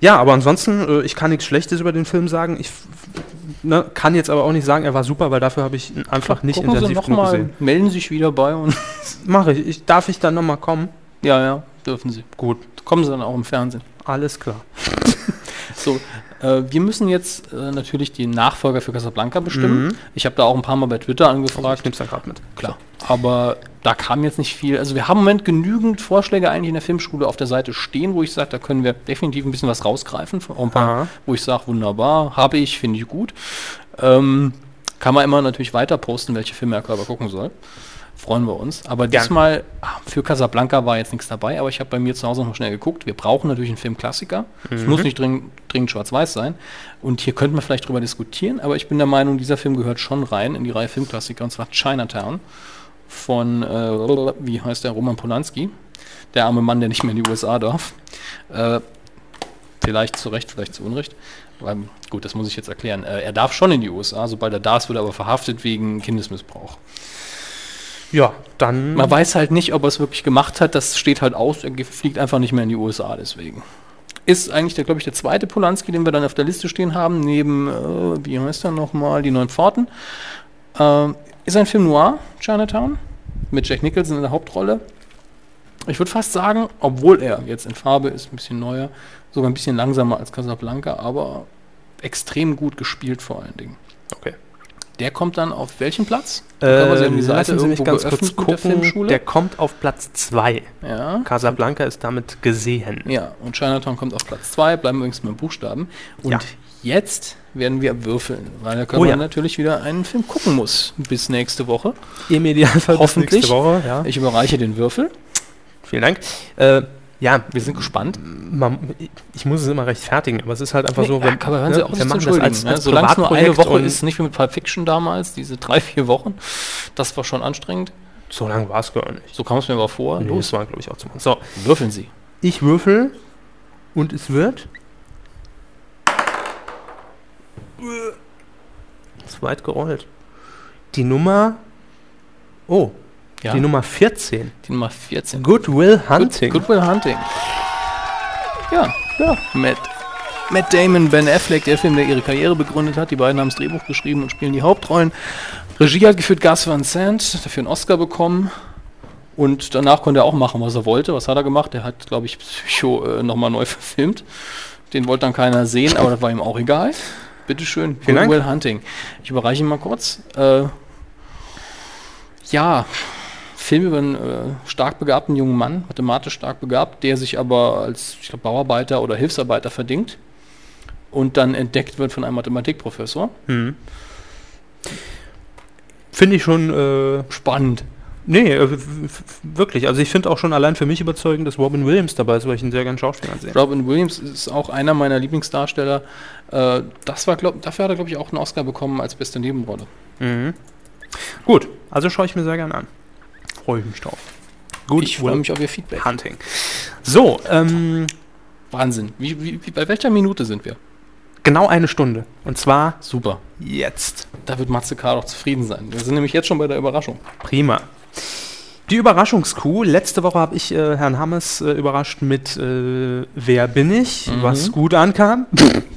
E: Ja, aber ansonsten, äh, ich kann nichts Schlechtes über den Film sagen. Ich f- f- ne, kann jetzt aber auch nicht sagen, er war super, weil dafür habe ich ihn einfach nicht
C: Gucken Sie
E: intensiv
C: noch
E: genug
C: mal,
E: gesehen.
C: melden Sie sich wieder bei und (laughs)
E: Mache ich. ich. Darf ich dann nochmal kommen?
C: Ja, ja, dürfen Sie.
E: Gut,
C: Kommen Sie dann auch im Fernsehen.
E: alles klar.
C: So, äh, wir müssen jetzt äh, natürlich den Nachfolger für Casablanca bestimmen. Ich habe da auch ein paar Mal bei Twitter
E: Mhm. Also Ich
C: angefragt.
E: nehme es dann gerade mit.
C: Klar. Aber da kam jetzt nicht viel. Also wir haben im Moment genügend Vorschläge eigentlich in der Filmschule auf der Seite stehen, wo ich sage, da können wir definitiv ein bisschen was rausgreifen. Auch ein paar,
E: Aha.
C: wo ich sage, wunderbar, habe ich, finde ich gut. Ähm, kann man immer natürlich weiter posten, welche Filme der Körper gucken soll. Freuen wir uns. Aber
E: Gern.
C: diesmal, ah, für Casablanca war jetzt nichts dabei, aber ich habe bei mir zu Hause noch mal schnell geguckt. Wir brauchen natürlich einen Filmklassiker. Es muss nicht dringend, dringend schwarz-weiß sein. Und hier könnten wir vielleicht drüber diskutieren, aber ich bin der Meinung, dieser Film gehört schon rein in die Reihe Filmklassiker, und zwar Chinatown von, äh, wie heißt der, Roman Polanski. Der arme Mann, der nicht mehr in die USA darf. Äh, vielleicht zu Recht, vielleicht zu Unrecht. Weil, Ähm, gut, das muss ich jetzt erklären. Äh, er darf schon in die USA, sobald er da ist, wird er aber verhaftet wegen Kindesmissbrauch.
E: Ja, dann.
C: Man weiß halt nicht, ob er es wirklich gemacht hat. Das steht halt aus. Er ge- fliegt einfach nicht mehr in die USA deswegen. Ist eigentlich, der, glaube ich, der zweite Polanski, den wir dann auf der Liste stehen haben, neben, äh, wie heißt er nochmal, Die Neuen Pforten. Ähm, ist ein Film noir, Chinatown, mit Jack Nicholson in der Hauptrolle. Ich würde fast sagen, obwohl er jetzt in Farbe ist, ein bisschen neuer, sogar ein bisschen langsamer als Casablanca, aber extrem gut gespielt vor allen Dingen.
E: Okay.
C: Der kommt dann auf welchen Platz?
E: äh,
C: Aber Sie haben die Seite
E: lassen Sie mich
C: irgendwo
E: ganz
C: geöffnet mit
E: kurz
C: der
E: gucken. Der,
C: Filmschule?
E: kommt auf Platz 2.
C: Ja.
E: Casablanca ist damit gesehen.
C: Ja, und Chinatown kommt auf Platz 2, bleiben übrigens mit dem Buchstaben. Und
E: Ja.
C: jetzt werden wir würfeln, weil der Körper
E: Oh ja.
C: natürlich wieder einen Film gucken muss bis nächste Woche.
E: Im Idealfall bis
C: Hoffentlich.
E: nächste Woche. Ja.
C: Ich überreiche den Würfel.
E: Vielen Dank. Äh, ja,
C: Wir sind gespannt.
E: man, ich muss es immer rechtfertigen, aber es ist halt einfach so,
C: ja, aber hören
E: ne,
C: Sie auf,
E: wir
C: sich zu
E: machen das
C: entschuldigen.
E: als,
C: ne?
E: als
C: Solange es nur eine
E: Privatprojekt
C: Woche
E: und
C: ist, nicht wie mit Pulp Fiction damals, diese drei, vier Wochen, das war schon anstrengend.
E: So lange war es gar nicht.
C: So kam es mir aber vor.
E: Nee,
C: Los,
E: das war, glaube ich, auch zu machen. So,
C: würfeln Sie.
E: ich würfel und es wird. Ist weit gerollt. Die Nummer. Oh,
C: Ja,
E: die Nummer 14.
C: die Nummer 14.
E: Goodwill Hunting.
C: Good, Goodwill Hunting. Ja, ja. Matt, Matt Damon, Ben Affleck, der Film, der ihre Karriere begründet hat. Die beiden haben das Drehbuch geschrieben und spielen die Hauptrollen. Regie hat geführt Gus Van Sant, dafür einen Oscar bekommen. Und danach konnte er auch machen, was er wollte. Was hat er gemacht? Er hat, glaube ich, (laughs) Psycho äh, nochmal neu verfilmt. Den wollte dann keiner sehen, aber das war ihm auch egal. Bitteschön.
E: Vielen Dank.
C: Will Hunting. Ich überreiche ihn mal kurz. Äh, ja, Film über einen äh, stark begabten jungen Mann, mathematisch stark begabt, der sich aber als ich glaub, Bauarbeiter oder Hilfsarbeiter verdingt und dann entdeckt wird von einem Mathematikprofessor.
E: Hm. Finde ich schon, äh,
C: Spannend.
E: nee, äh, w- w- wirklich. Also ich finde auch schon allein für mich überzeugend, dass Robin Williams dabei ist, weil ich ihn sehr gerne Schauspieler sehe.
C: Robin Williams ist auch einer meiner Lieblingsdarsteller. Äh, das war, glaub, dafür hat er, glaube ich, auch einen Oscar bekommen als beste Nebenrolle.
E: Mhm. Gut, also schaue ich mir sehr gerne an. Freue ich mich drauf. Gut,
C: Ich freue mich auf Ihr Feedback.
E: Hunting. So, ähm,
C: Wahnsinn. Wie, wie, wie, bei welcher Minute sind wir?
E: genau eine Stunde. Und zwar
C: Super.
E: jetzt.
C: Da wird Matze K. doch zufrieden sein. Wir sind nämlich jetzt schon bei der Überraschung.
E: Prima. Die Überraschungskuh. Letzte Woche habe ich äh, Herrn Hammes äh, überrascht mit äh, Wer bin ich?
C: Mhm.
E: Was gut ankam.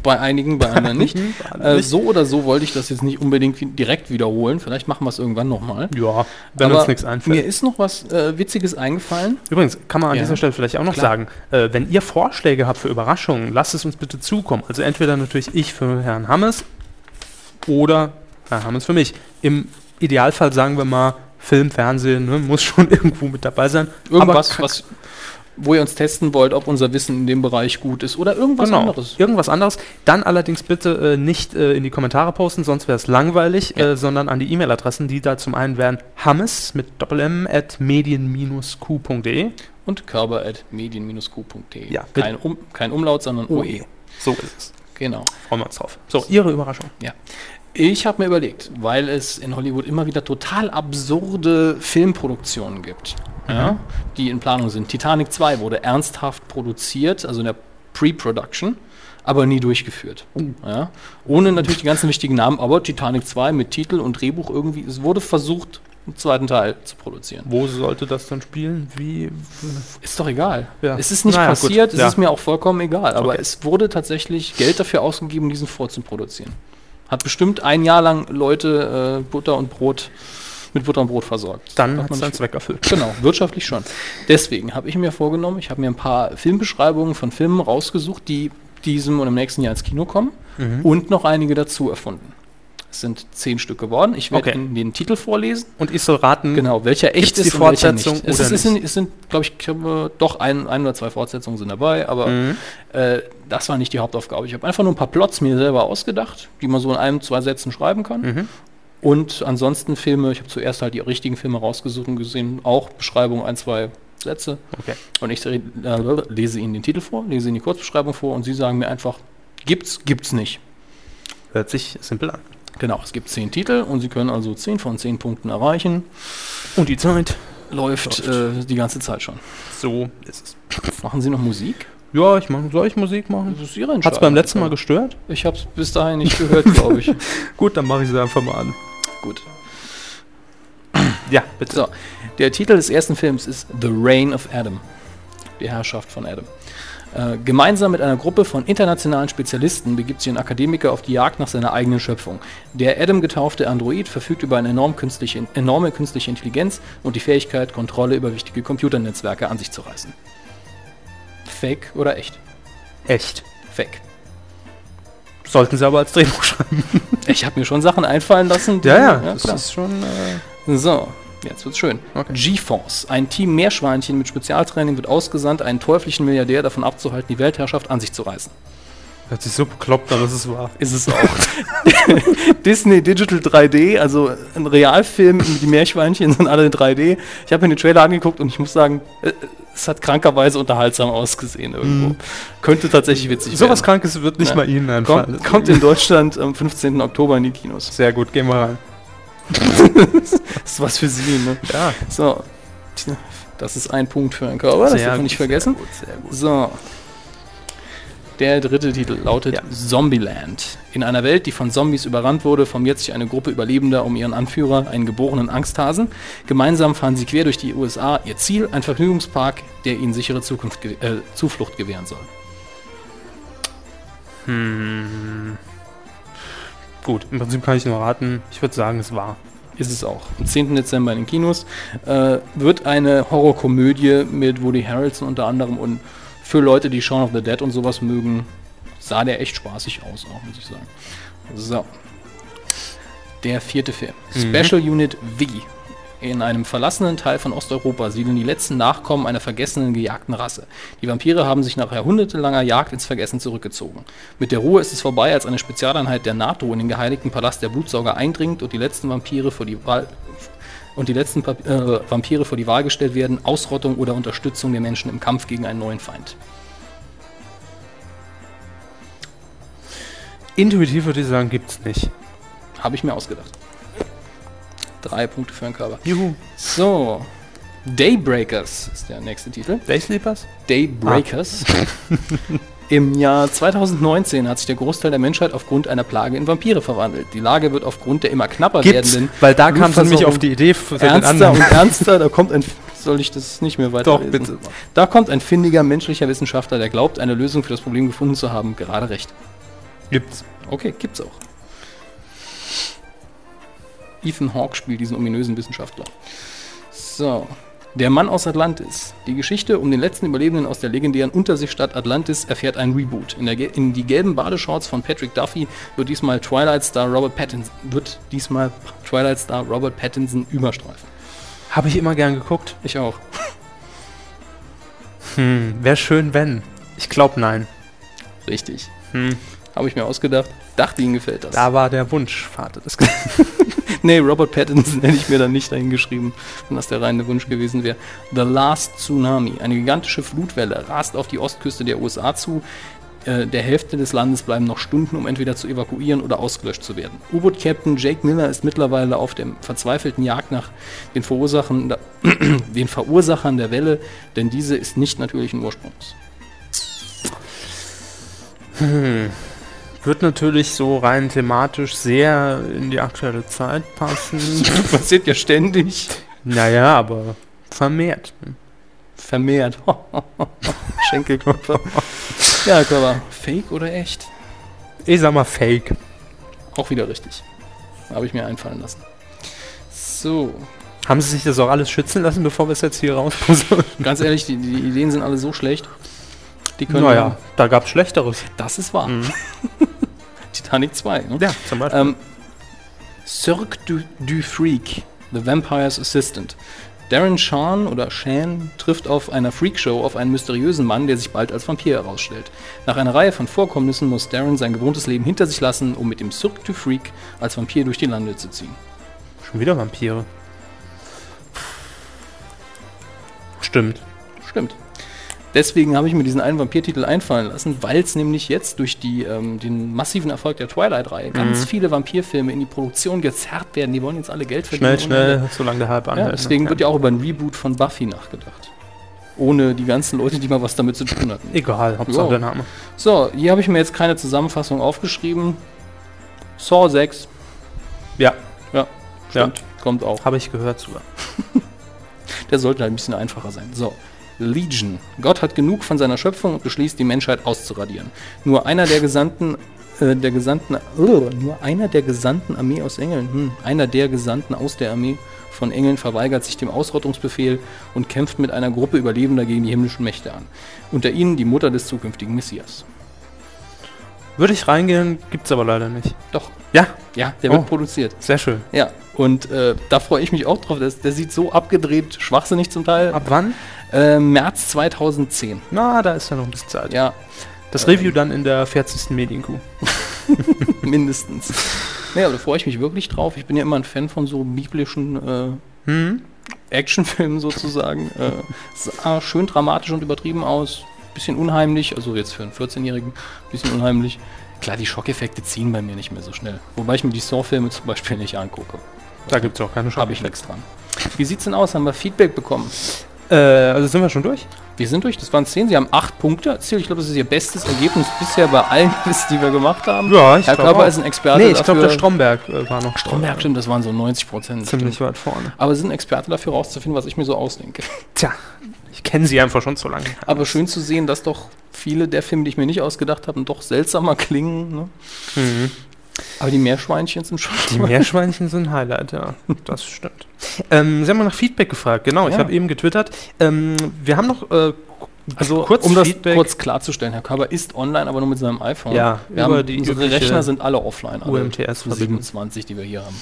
C: Bei einigen, bei anderen
E: (laughs)
C: nicht.
E: anderen
C: äh,
E: nicht.
C: so oder so wollte ich das jetzt nicht unbedingt wie- direkt wiederholen. Vielleicht machen wir es irgendwann nochmal.
E: Ja, wenn
C: Aber
E: uns nichts
C: Mir
E: einfällt.
C: ist noch was äh, Witziges eingefallen.
E: Übrigens, kann man an
C: Ja.
E: dieser Stelle vielleicht auch noch
C: Klar.
E: sagen, äh, wenn ihr Vorschläge habt für Überraschungen, lasst es uns bitte zukommen. Also entweder natürlich ich für Herrn Hammes oder Herr Hammes für mich. Im Idealfall sagen wir mal, Film, Fernsehen, ne, muss schon (laughs) irgendwo mit dabei sein.
C: Irgendwas,
E: kann-
C: was, wo ihr uns testen wollt, ob unser Wissen in dem Bereich gut ist oder irgendwas
E: genau,
C: anderes.
E: Irgendwas anderes. Dann allerdings bitte äh, nicht äh, in die Kommentare posten, sonst wäre es langweilig, äh, sondern an die E-Mail-Adressen, die da zum einen wären hammes mit doppelm at medien-q.de.
C: Und körper at medien-q.de.
E: Ja,
C: kein, um, kein Umlaut, sondern OE.
E: So ist es.
C: Genau.
E: Freuen wir uns drauf. So, Ihre Überraschung.
C: Ja. Ich habe mir überlegt, weil es in Hollywood immer wieder total absurde Filmproduktionen gibt, ja, die in Planung sind. Titanic 2 wurde ernsthaft produziert, also in der Pre-Production, aber nie durchgeführt. Ja. Ohne natürlich die ganzen wichtigen Namen, aber Titanic 2 mit Titel und Drehbuch irgendwie, es wurde versucht, einen zweiten Teil zu produzieren.
E: Wo sollte das dann spielen? Wie?
C: Ist doch egal.
E: Ja.
C: Es ist nicht
E: Naja, gut.
C: passiert, es
E: Ja.
C: ist mir auch vollkommen egal. Aber
E: Okay.
C: es wurde tatsächlich Geld dafür ausgegeben, diesen vorzuproduzieren. Hat bestimmt ein Jahr lang Leute äh, Butter und Brot mit Butter und Brot versorgt.
E: Dann
C: Darf
E: hat
C: man
E: es seinen
C: nicht-
E: Zweck erfüllt.
C: Genau, wirtschaftlich schon. Deswegen habe ich mir vorgenommen, ich habe mir ein paar Filmbeschreibungen von Filmen rausgesucht, die diesem und im nächsten Jahr ins Kino kommen
E: Mhm.
C: und noch einige dazu erfunden. Es sind zehn Stück geworden. Ich werde
E: Okay.
C: Ihnen den Titel vorlesen.
E: Und ich soll raten,
C: Genau, welcher echt
E: Mhm. Gibt's
C: ist
E: die
C: und welcher
E: Fortsetzung
C: nicht. Also Es,
E: oder
C: ist, es sind, es sind glaube ich, äh, doch ein, ein oder zwei Fortsetzungen sind dabei, aber
E: Mhm.
C: äh, das war nicht die Hauptaufgabe. Ich habe einfach nur ein paar Plots mir selber ausgedacht, die man so in einem, zwei Sätzen schreiben kann.
E: Mhm.
C: Und ansonsten Filme, ich habe zuerst halt die richtigen Filme rausgesucht und gesehen, auch Beschreibung, ein, zwei Sätze.
E: Okay.
C: Und ich re- äh, lese Ihnen den Titel vor, lese Ihnen die Kurzbeschreibung vor und Sie sagen mir einfach, gibt's, gibt's nicht.
E: hört sich simpel an.
C: Genau, es gibt zehn Titel und Sie können also zehn von zehn Punkten erreichen.
E: Und die Zeit.
C: Läuft, Äh, die ganze Zeit schon.
E: So ist es.
C: Machen Sie noch Musik?
E: Ja, ich mach, soll ich Musik machen?
C: ist Ihre Entscheidung.
E: Hat es beim letzten Mal gestört?
C: Ich habe es bis dahin nicht gehört, glaube ich.
E: Gut, dann mache ich sie einfach mal an.
C: Gut.
E: (clears throat) Ja, bitte.
C: So, der Titel des ersten Films ist The Reign of Adam. Die Herrschaft von Adam. Äh, gemeinsam mit einer Gruppe von internationalen Spezialisten begibt sich ein Akademiker auf die Jagd nach seiner eigenen Schöpfung. Der Adam getaufte Android verfügt über eine enorm künstliche, enorme künstliche Intelligenz und die Fähigkeit, Kontrolle über wichtige Computernetzwerke an sich zu reißen. Fake oder echt?
E: Echt.
C: Fake.
E: Sollten sie aber als Drehbuch schreiben.
C: Ich habe mir schon Sachen einfallen lassen. die-
E: das
C: klar.
E: ist schon. Äh,
C: So, jetzt wird's schön. GeForce. Ein Team Meerschweinchen mit Spezialtraining wird ausgesandt, einen teuflischen Milliardär davon abzuhalten, die Weltherrschaft an sich zu reißen.
E: hört sich so bekloppt an, das ist wahr.
C: Ist es auch. Disney Digital 3D, also ein Realfilm, die Meerschweinchen sind alle in 3D. Ich habe mir den Trailer angeguckt und ich muss sagen, äh, es hat krankerweise unterhaltsam ausgesehen irgendwo. Könnte tatsächlich witzig
E: (laughs) Mhm. Sowas
C: werden.
E: Krankes wird nicht
C: Ja.
E: mal Ihnen einfallen.
C: kommt, kommt in Deutschland am 15. Oktober in die Kinos.
E: Sehr gut, gehen wir rein.
C: Das ist was für Sie, ne?
E: Ja,
C: So. Tja, Das ist ein Punkt für einen Körper, das
E: Sehr
C: darf man
E: gut,
C: nicht vergessen. So. Der dritte Titel lautet
E: Ja.
C: Zombieland. In einer Welt, die von Zombies überrannt wurde, formiert sich eine Gruppe Überlebender um ihren Anführer, einen geborenen Angsthasen. Gemeinsam fahren sie quer durch die USA. Ihr Ziel, ein Vergnügungspark, der ihnen sichere Zukunft ge äh, Zuflucht gewähren soll.
E: gut. Im Prinzip kann ich nur raten. Ich würde sagen, es war.
C: Ist es auch. Am 10. Dezember in den Kinos äh, wird eine Horrorkomödie mit Woody Harrelson unter anderem und für Leute, die Shaun of the Dead und sowas mögen, sah der echt spaßig aus, auch muss ich sagen. So. Der vierte Film. Special Unit V. In einem verlassenen Teil von Osteuropa siedeln die letzten Nachkommen einer vergessenen gejagten Rasse. Die Vampire haben sich nach jahrhundertelanger Jagd ins Vergessen zurückgezogen. Mit der Ruhe ist es vorbei, als eine Spezialeinheit der NATO in den geheiligten Palast der Blutsauger eindringt und die letzten Vampire vor die Wahl und die letzten Pap- äh, Vampire vor die Wahl gestellt werden, Ausrottung oder Unterstützung der Menschen im Kampf gegen einen neuen Feind.
E: Intuitiv würde ich sagen, gibt's nicht.
C: Habe ich mir ausgedacht. Drei Punkte für den Körper.
E: Juhu.
C: So. Daybreakers ist der nächste Titel.
E: Daysleepers?
C: Daybreakers.
E: Ah.
C: Im Jahr 2019 hat sich der Großteil der Menschheit aufgrund einer Plage in Vampire verwandelt. Die Lage wird aufgrund der immer knapper
E: Gibt's,
C: werdenden.
E: weil da kam sie nämlich
C: Blutversorgung
E: auf die Idee für für den
C: Ernster und
E: anderen.
C: ernster, da kommt ein. Soll ich das nicht mehr weiter?
E: (laughs) Doch, bitte.
C: Da kommt ein findiger menschlicher Wissenschaftler, der glaubt, eine Lösung für das Problem gefunden zu haben. Gerade recht.
E: Gibt's.
C: Okay, gibt's auch. Ethan Hawke spielt diesen ominösen Wissenschaftler. So. Der Mann aus Atlantis. Die Geschichte um den letzten Überlebenden aus der legendären Unterseestadt Atlantis erfährt ein Reboot. In, der, ge- in die gelben Badeshorts von Patrick Duffy wird diesmal Twilight Star Robert Pattinson wird diesmal Twilight Star Robert Pattinson überstreifen.
E: Habe ich immer gern geguckt.
C: Ich auch.
E: Wäre schön, wenn. Ich glaube, nein.
C: Richtig. Habe ich mir ausgedacht. Dachte, Ihnen gefällt das.
E: Da war der Wunsch, Vater. Das Ge-
C: Nee, Robert Pattinson (laughs) hätte ich mir dann nicht dahingeschrieben, wenn das der reine Wunsch gewesen wäre. The Last Tsunami. Eine gigantische Flutwelle rast auf die Ostküste der USA zu. Äh, Der Hälfte des Landes bleiben noch Stunden, um entweder zu evakuieren oder ausgelöscht zu werden. U-Boot-Captain Jake Miller ist mittlerweile auf der verzweifelten Jagd nach den Verursachern, (clears throat) den Verursachern der Welle, denn diese ist nicht natürlichen Ursprungs.
E: (laughs)
C: (laughs)
E: Wird natürlich so rein thematisch sehr in die aktuelle Zeit (laughs) passen.
C: Passiert ja ständig.
E: naja, aber vermehrt.
C: Vermehrt. (laughs) Schenkelklopfer. ja, Körper. Fake oder echt?
E: Ich sag mal Fake.
C: Auch wieder richtig. Habe ich mir einfallen lassen. So,
E: Haben sie sich das auch alles schützen lassen, bevor wir es jetzt hier (laughs) rauspuzzlen?
C: ganz ehrlich, die, die Ideen sind alle so schlecht. Die können.
E: Naja, da gab's Schlechteres.
C: Das ist wahr. (laughs) Titanic 2. Ne?
E: Ja, zum Beispiel.
C: Ähm, Cirque du, du Freak, The Vampire's Assistant. Darren Shan oder Shan trifft auf einer Freakshow auf einen mysteriösen Mann, der sich bald als Vampir herausstellt. Nach einer Reihe von Vorkommnissen muss Darren sein gewohntes Leben hinter sich lassen, um mit dem Cirque du Freak als Vampir durch die Lande zu ziehen.
E: Schon wieder Vampire. Stimmt.
C: Stimmt. Deswegen habe ich mir diesen einen Vampirtitel einfallen lassen, weil es nämlich jetzt durch die, ähm, den massiven Erfolg der Twilight-Reihe
E: Mhm.
C: ganz viele Vampirfilme in die Produktion gezerrt werden. Die wollen jetzt alle Geld verdienen.
E: Schnell,
C: ohne Ende.
E: schnell, solange der Hype anhält.
C: Ja,
E: ne?
C: deswegen wird ja auch über ein Reboot von Buffy nachgedacht. Ohne die ganzen Leute, die mal was damit zu tun hatten.
E: Egal, Hauptsache
C: Ja.
E: der Name.
C: So, hier habe ich mir jetzt keine Zusammenfassung aufgeschrieben. Saw 6.
E: Ja,
C: Ja,
E: Ja.
C: stimmt. Kommt auch.
E: habe ich gehört sogar.
C: Der sollte halt ein bisschen einfacher sein. So. Legion. Gott hat genug von seiner Schöpfung und beschließt, die Menschheit auszuradieren. Nur einer der Gesandten, äh, der Gesandten, uh, nur einer der Gesandten Armee aus Engeln, hm, einer der Gesandten aus der Armee von Engeln verweigert sich dem Ausrottungsbefehl und kämpft mit einer Gruppe Überlebender gegen die himmlischen Mächte an. Unter ihnen die Mutter des zukünftigen Messias.
E: Würde ich reingehen, gibt's aber leider nicht.
C: Doch,
E: Ja,
C: ja, der
E: Oh.
C: wird produziert.
E: sehr schön.
C: Ja, und äh, da freue ich mich auch drauf. Der, der sieht so abgedreht, schwachsinnig zum Teil.
E: Ab wann?
C: Äh, März 2010.
E: Na, da ist ja noch ein bisschen Zeit.
C: Ja,
E: Das Review dann in der 40. Medienkuh.
C: Mindestens. Naja, da freue ich mich wirklich drauf. Ich bin ja immer ein Fan von so biblischen äh,
E: Hm?
C: Actionfilmen sozusagen. Äh, sah schön dramatisch und übertrieben aus. Bisschen unheimlich, also jetzt für einen 14-Jährigen, bisschen unheimlich. Klar, die Schockeffekte ziehen bei mir nicht mehr so schnell. Wobei ich mir die Saw-Filme zum Beispiel nicht angucke.
E: Da gibt's auch keine
C: Habe ich nichts dran. Wie sieht's denn aus? Haben wir Feedback bekommen?
E: Äh, also sind wir schon durch?
C: Wir sind durch, das waren 10. Sie haben 8 Punkte erzielt. Ich glaube, das ist Ihr bestes Ergebnis bisher bei allen (laughs) Quiz, die wir gemacht haben.
E: Ja, ich
C: Herr
E: glaub
C: Körper
E: auch.
C: ist ein Experte.
E: nee, ich glaube, der
C: dafür.
E: Stromberg äh, war noch
C: Stromberg, stimmt, das waren so 90 Prozent.
E: ziemlich weit vorne.
C: Aber sind Experte dafür rauszufinden, was ich mir so ausdenke.
E: Tja, ich kenne sie einfach schon so lange.
C: Aber schön zu sehen, dass doch viele der Filme, die ich mir nicht ausgedacht habe, doch seltsamer klingen. Ne?
E: Mhm.
C: Aber die Meerschweinchen sind schon.
E: Die Meerschweinchen sind ein
C: (laughs)
E: Highlight, ja. Das stimmt. Ähm, Sie haben mal nach Feedback gefragt, genau. Ich
C: Ja.
E: habe eben getwittert. Ähm, wir haben noch äh,
C: Also
E: kurz
C: um das
E: Feedback.
C: kurz klarzustellen, Herr Körber ist online, aber nur mit seinem iPhone.
E: Ja,
C: wir
E: über
C: haben,
E: die
C: unsere
E: übliche
C: Rechner sind alle offline. Alle
E: UMTS-Verbindung.
C: 27, die wir hier haben.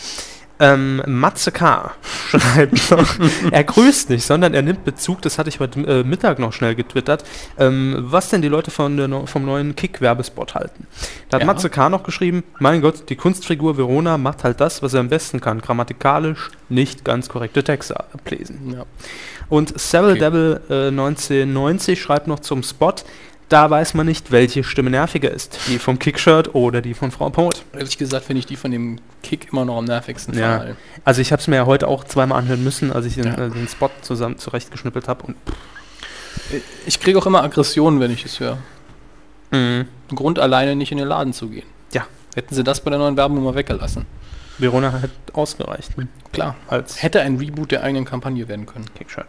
E: Ähm, Matze K. schreibt noch, er grüßt nicht, sondern er nimmt Bezug, das hatte ich heute äh, Mittag noch schnell getwittert, ähm, was denn die Leute von der, neu- vom neuen Kick-Werbespot halten. Da hat
C: Ja.
E: Matze K. noch geschrieben, mein Gott, die Kunstfigur Verona macht halt das, was er am besten kann, grammatikalisch nicht ganz korrekte Texte ablesen.
C: Ja.
E: Und Seville Devil äh, 1990 schreibt noch zum Spot, da weiß man nicht, welche Stimme nerviger ist, die vom Kick-Shirt oder die von Frau Poth.
C: Ehrlich gesagt finde ich die von dem Kick immer noch am nervigsten von
E: Ja.
C: allen.
E: Also ich habe es mir ja heute auch zweimal anhören müssen, als ich den,
C: Ja.
E: äh, den Spot zusammen zurechtgeschnippelt habe. Und
C: Ich kriege auch immer Aggressionen, wenn ich es höre. Ein Grund alleine nicht in den Laden zu gehen.
E: ja,
C: Hätten sie das bei der neuen Werbung mal weggelassen.
E: Verona hat ausgereicht
C: Klar.
E: als
C: Hätte ein Reboot der eigenen Kampagne werden können.
E: Kickshirt.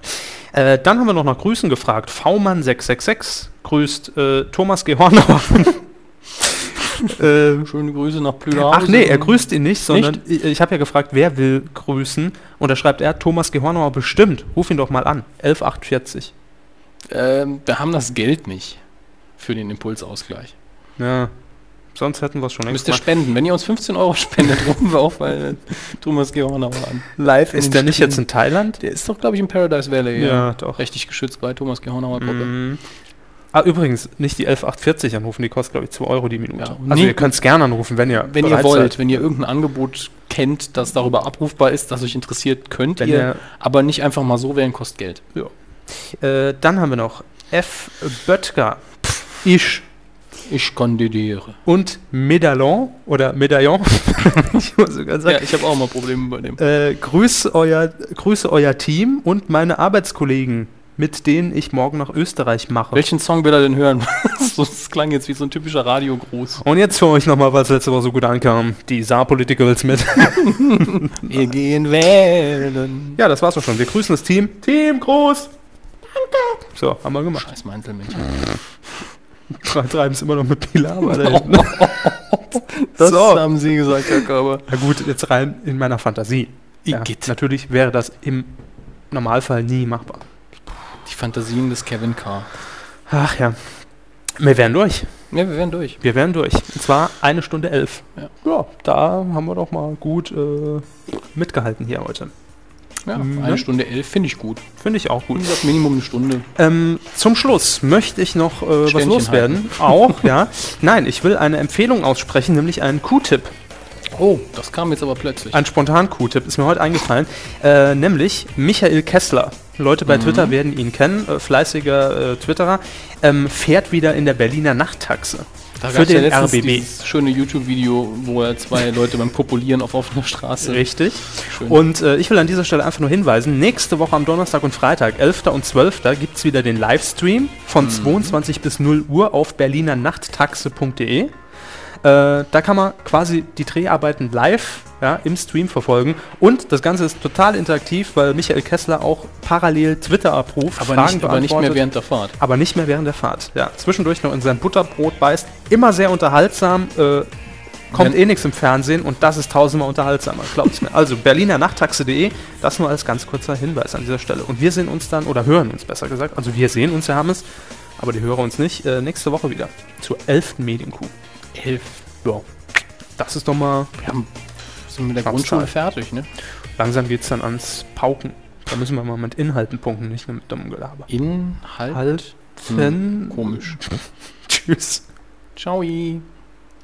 E: Äh, dann haben wir noch nach Grüßen gefragt. V-Mann666 grüßt äh, Thomas G.
C: (laughs)
E: Hornauer. äh,
C: Schöne Grüße nach Plüderhausen.
E: Ach nee, er grüßt ihn nicht, sondern ich, ich habe ja gefragt, wer will grüßen. Und da schreibt er, Thomas G. Hornauer bestimmt. Ruf ihn doch mal an. 11840.
C: Ähm, wir haben das Geld nicht für den Impulsausgleich.
E: Ja, sonst hätten wir es schon längst
C: Müsst ihr
E: gemacht.
C: spenden. Wenn ihr uns 15 Euro (laughs) spendet, rufen wir auch bei Thomas Gehornauer an.
E: Live ist
C: den
E: der nicht
C: Spielen.
E: jetzt in Thailand?
C: Der ist doch, glaube ich, im Paradise Valley.
E: Ja, doch.
C: Rechtlich geschützt bei Thomas Gehornauer Gruppe.
E: Mhm. Ah, übrigens, nicht die 11840 anrufen, die kostet, glaube ich, 2 Euro die Minute.
C: Ja,
E: also
C: nee.
E: ihr könnt es gerne anrufen, wenn ihr
C: Wenn ihr
E: bereit
C: wollt,
E: seid.
C: wenn ihr irgendein Angebot kennt, das darüber abrufbar ist, das euch interessiert, könnt
E: Wenn
C: ihr,
E: ihr-
C: aber nicht einfach mal so wählen, kostet Geld.
E: Äh, dann haben wir noch F. Böttger, Ich
C: Ich kandidiere.
E: und Medaillon oder Medaillon. (laughs) ich muss sogar sagen.
C: Ja, ich habe auch mal Probleme bei dem.
E: Äh, grüß euer, grüße euer Team und meine Arbeitskollegen, mit denen ich morgen nach Österreich mache.
C: Welchen Song will er denn hören? (laughs) So, das klang jetzt wie so ein typischer Radiogruß.
E: Und jetzt für euch nochmal, was letzte Woche so gut ankam. Die Saar Politicals (laughs) mit.
C: Wir gehen wählen.
E: ja, das war's auch schon. Wir grüßen das Team. Team, Gruß! Danke! So, haben wir gemacht.
C: Scheiß Mantelmännchen.
E: Treiben es immer noch mit Pilaber da hinten.
C: Das haben sie gesagt, Herr Körber.
E: Na gut, jetzt rein in meiner Fantasie. Ja,
C: Igitt.
E: natürlich wäre das im Normalfall nie machbar.
C: Die Fantasien des Kevin Carr.
E: Ach ja. Wir wären durch.
C: Ja, wir wären durch.
E: Wir wären durch. Und zwar eine Stunde elf.
C: Ja.
E: da haben wir doch mal gut äh, mitgehalten hier heute.
C: Ja,
E: Mhm.
C: eine Stunde elf finde ich gut.
E: Finde ich auch
C: Wie
E: gut.
C: gesagt, Minimum eine Stunde.
E: Ähm, zum Schluss möchte ich noch äh, was
C: Ständchen
E: loswerden. Auch, ja. Nein, ich will eine Empfehlung aussprechen, nämlich einen Q-Tipp.
C: Oh, Also das kam jetzt aber plötzlich.
E: Ein spontan Q-Tipp ist mir heute eingefallen, äh, nämlich Michael Kessler. Leute
C: Mhm.
E: bei Twitter werden ihn kennen, äh, fleißiger äh, Twitterer, ähm, fährt wieder in der Berliner Nachttaxe. für
C: gab's ja
E: den
C: letztens
E: RBB.
C: dieses schöne YouTube-Video, wo er zwei Leute beim Populieren auf offener Straße.
E: Richtig.
C: Schön.
E: Und äh, ich will an dieser Stelle einfach nur hinweisen, nächste Woche am Donnerstag und Freitag, 11. und 12. gibt es wieder den Livestream von
C: Mhm.
E: 22 bis 0 Uhr auf berlinernachttaxe.de. Äh, da kann man quasi die Dreharbeiten live ja, im Stream verfolgen. Und das Ganze ist total interaktiv, weil Michael Kessler auch parallel Twitter abruft,
C: aber, nicht, aber nicht mehr
E: beantwortet
C: während der Fahrt.
E: aber nicht mehr während der Fahrt. Ja, zwischendurch noch in sein Butterbrot beißt. Immer sehr unterhaltsam. Äh, kommt
C: Wenn-
E: eh nichts im Fernsehen und das ist tausendmal unterhaltsamer, glaubt's mir. Also Berliner Nachttaxe.de, das nur als ganz kurzer Hinweis an dieser Stelle. Und wir sehen uns dann, oder hören uns besser gesagt, also wir sehen uns, wir haben es, aber die Hörer uns nicht, äh, nächste Woche wieder zur 11. Medienkuh.
C: 11.
E: Ja. Das ist doch mal,
C: Wir haben, sind mit der
E: Fast
C: Grundschule
E: alt.
C: fertig, ne?
E: langsam geht's dann ans Pauken. Da müssen wir mal mit Inhalten punkten, nicht nur mit dummem Gelaber.
C: Inhalt.
E: Halten.
C: Komisch.
E: Tschüss.
C: Ciao.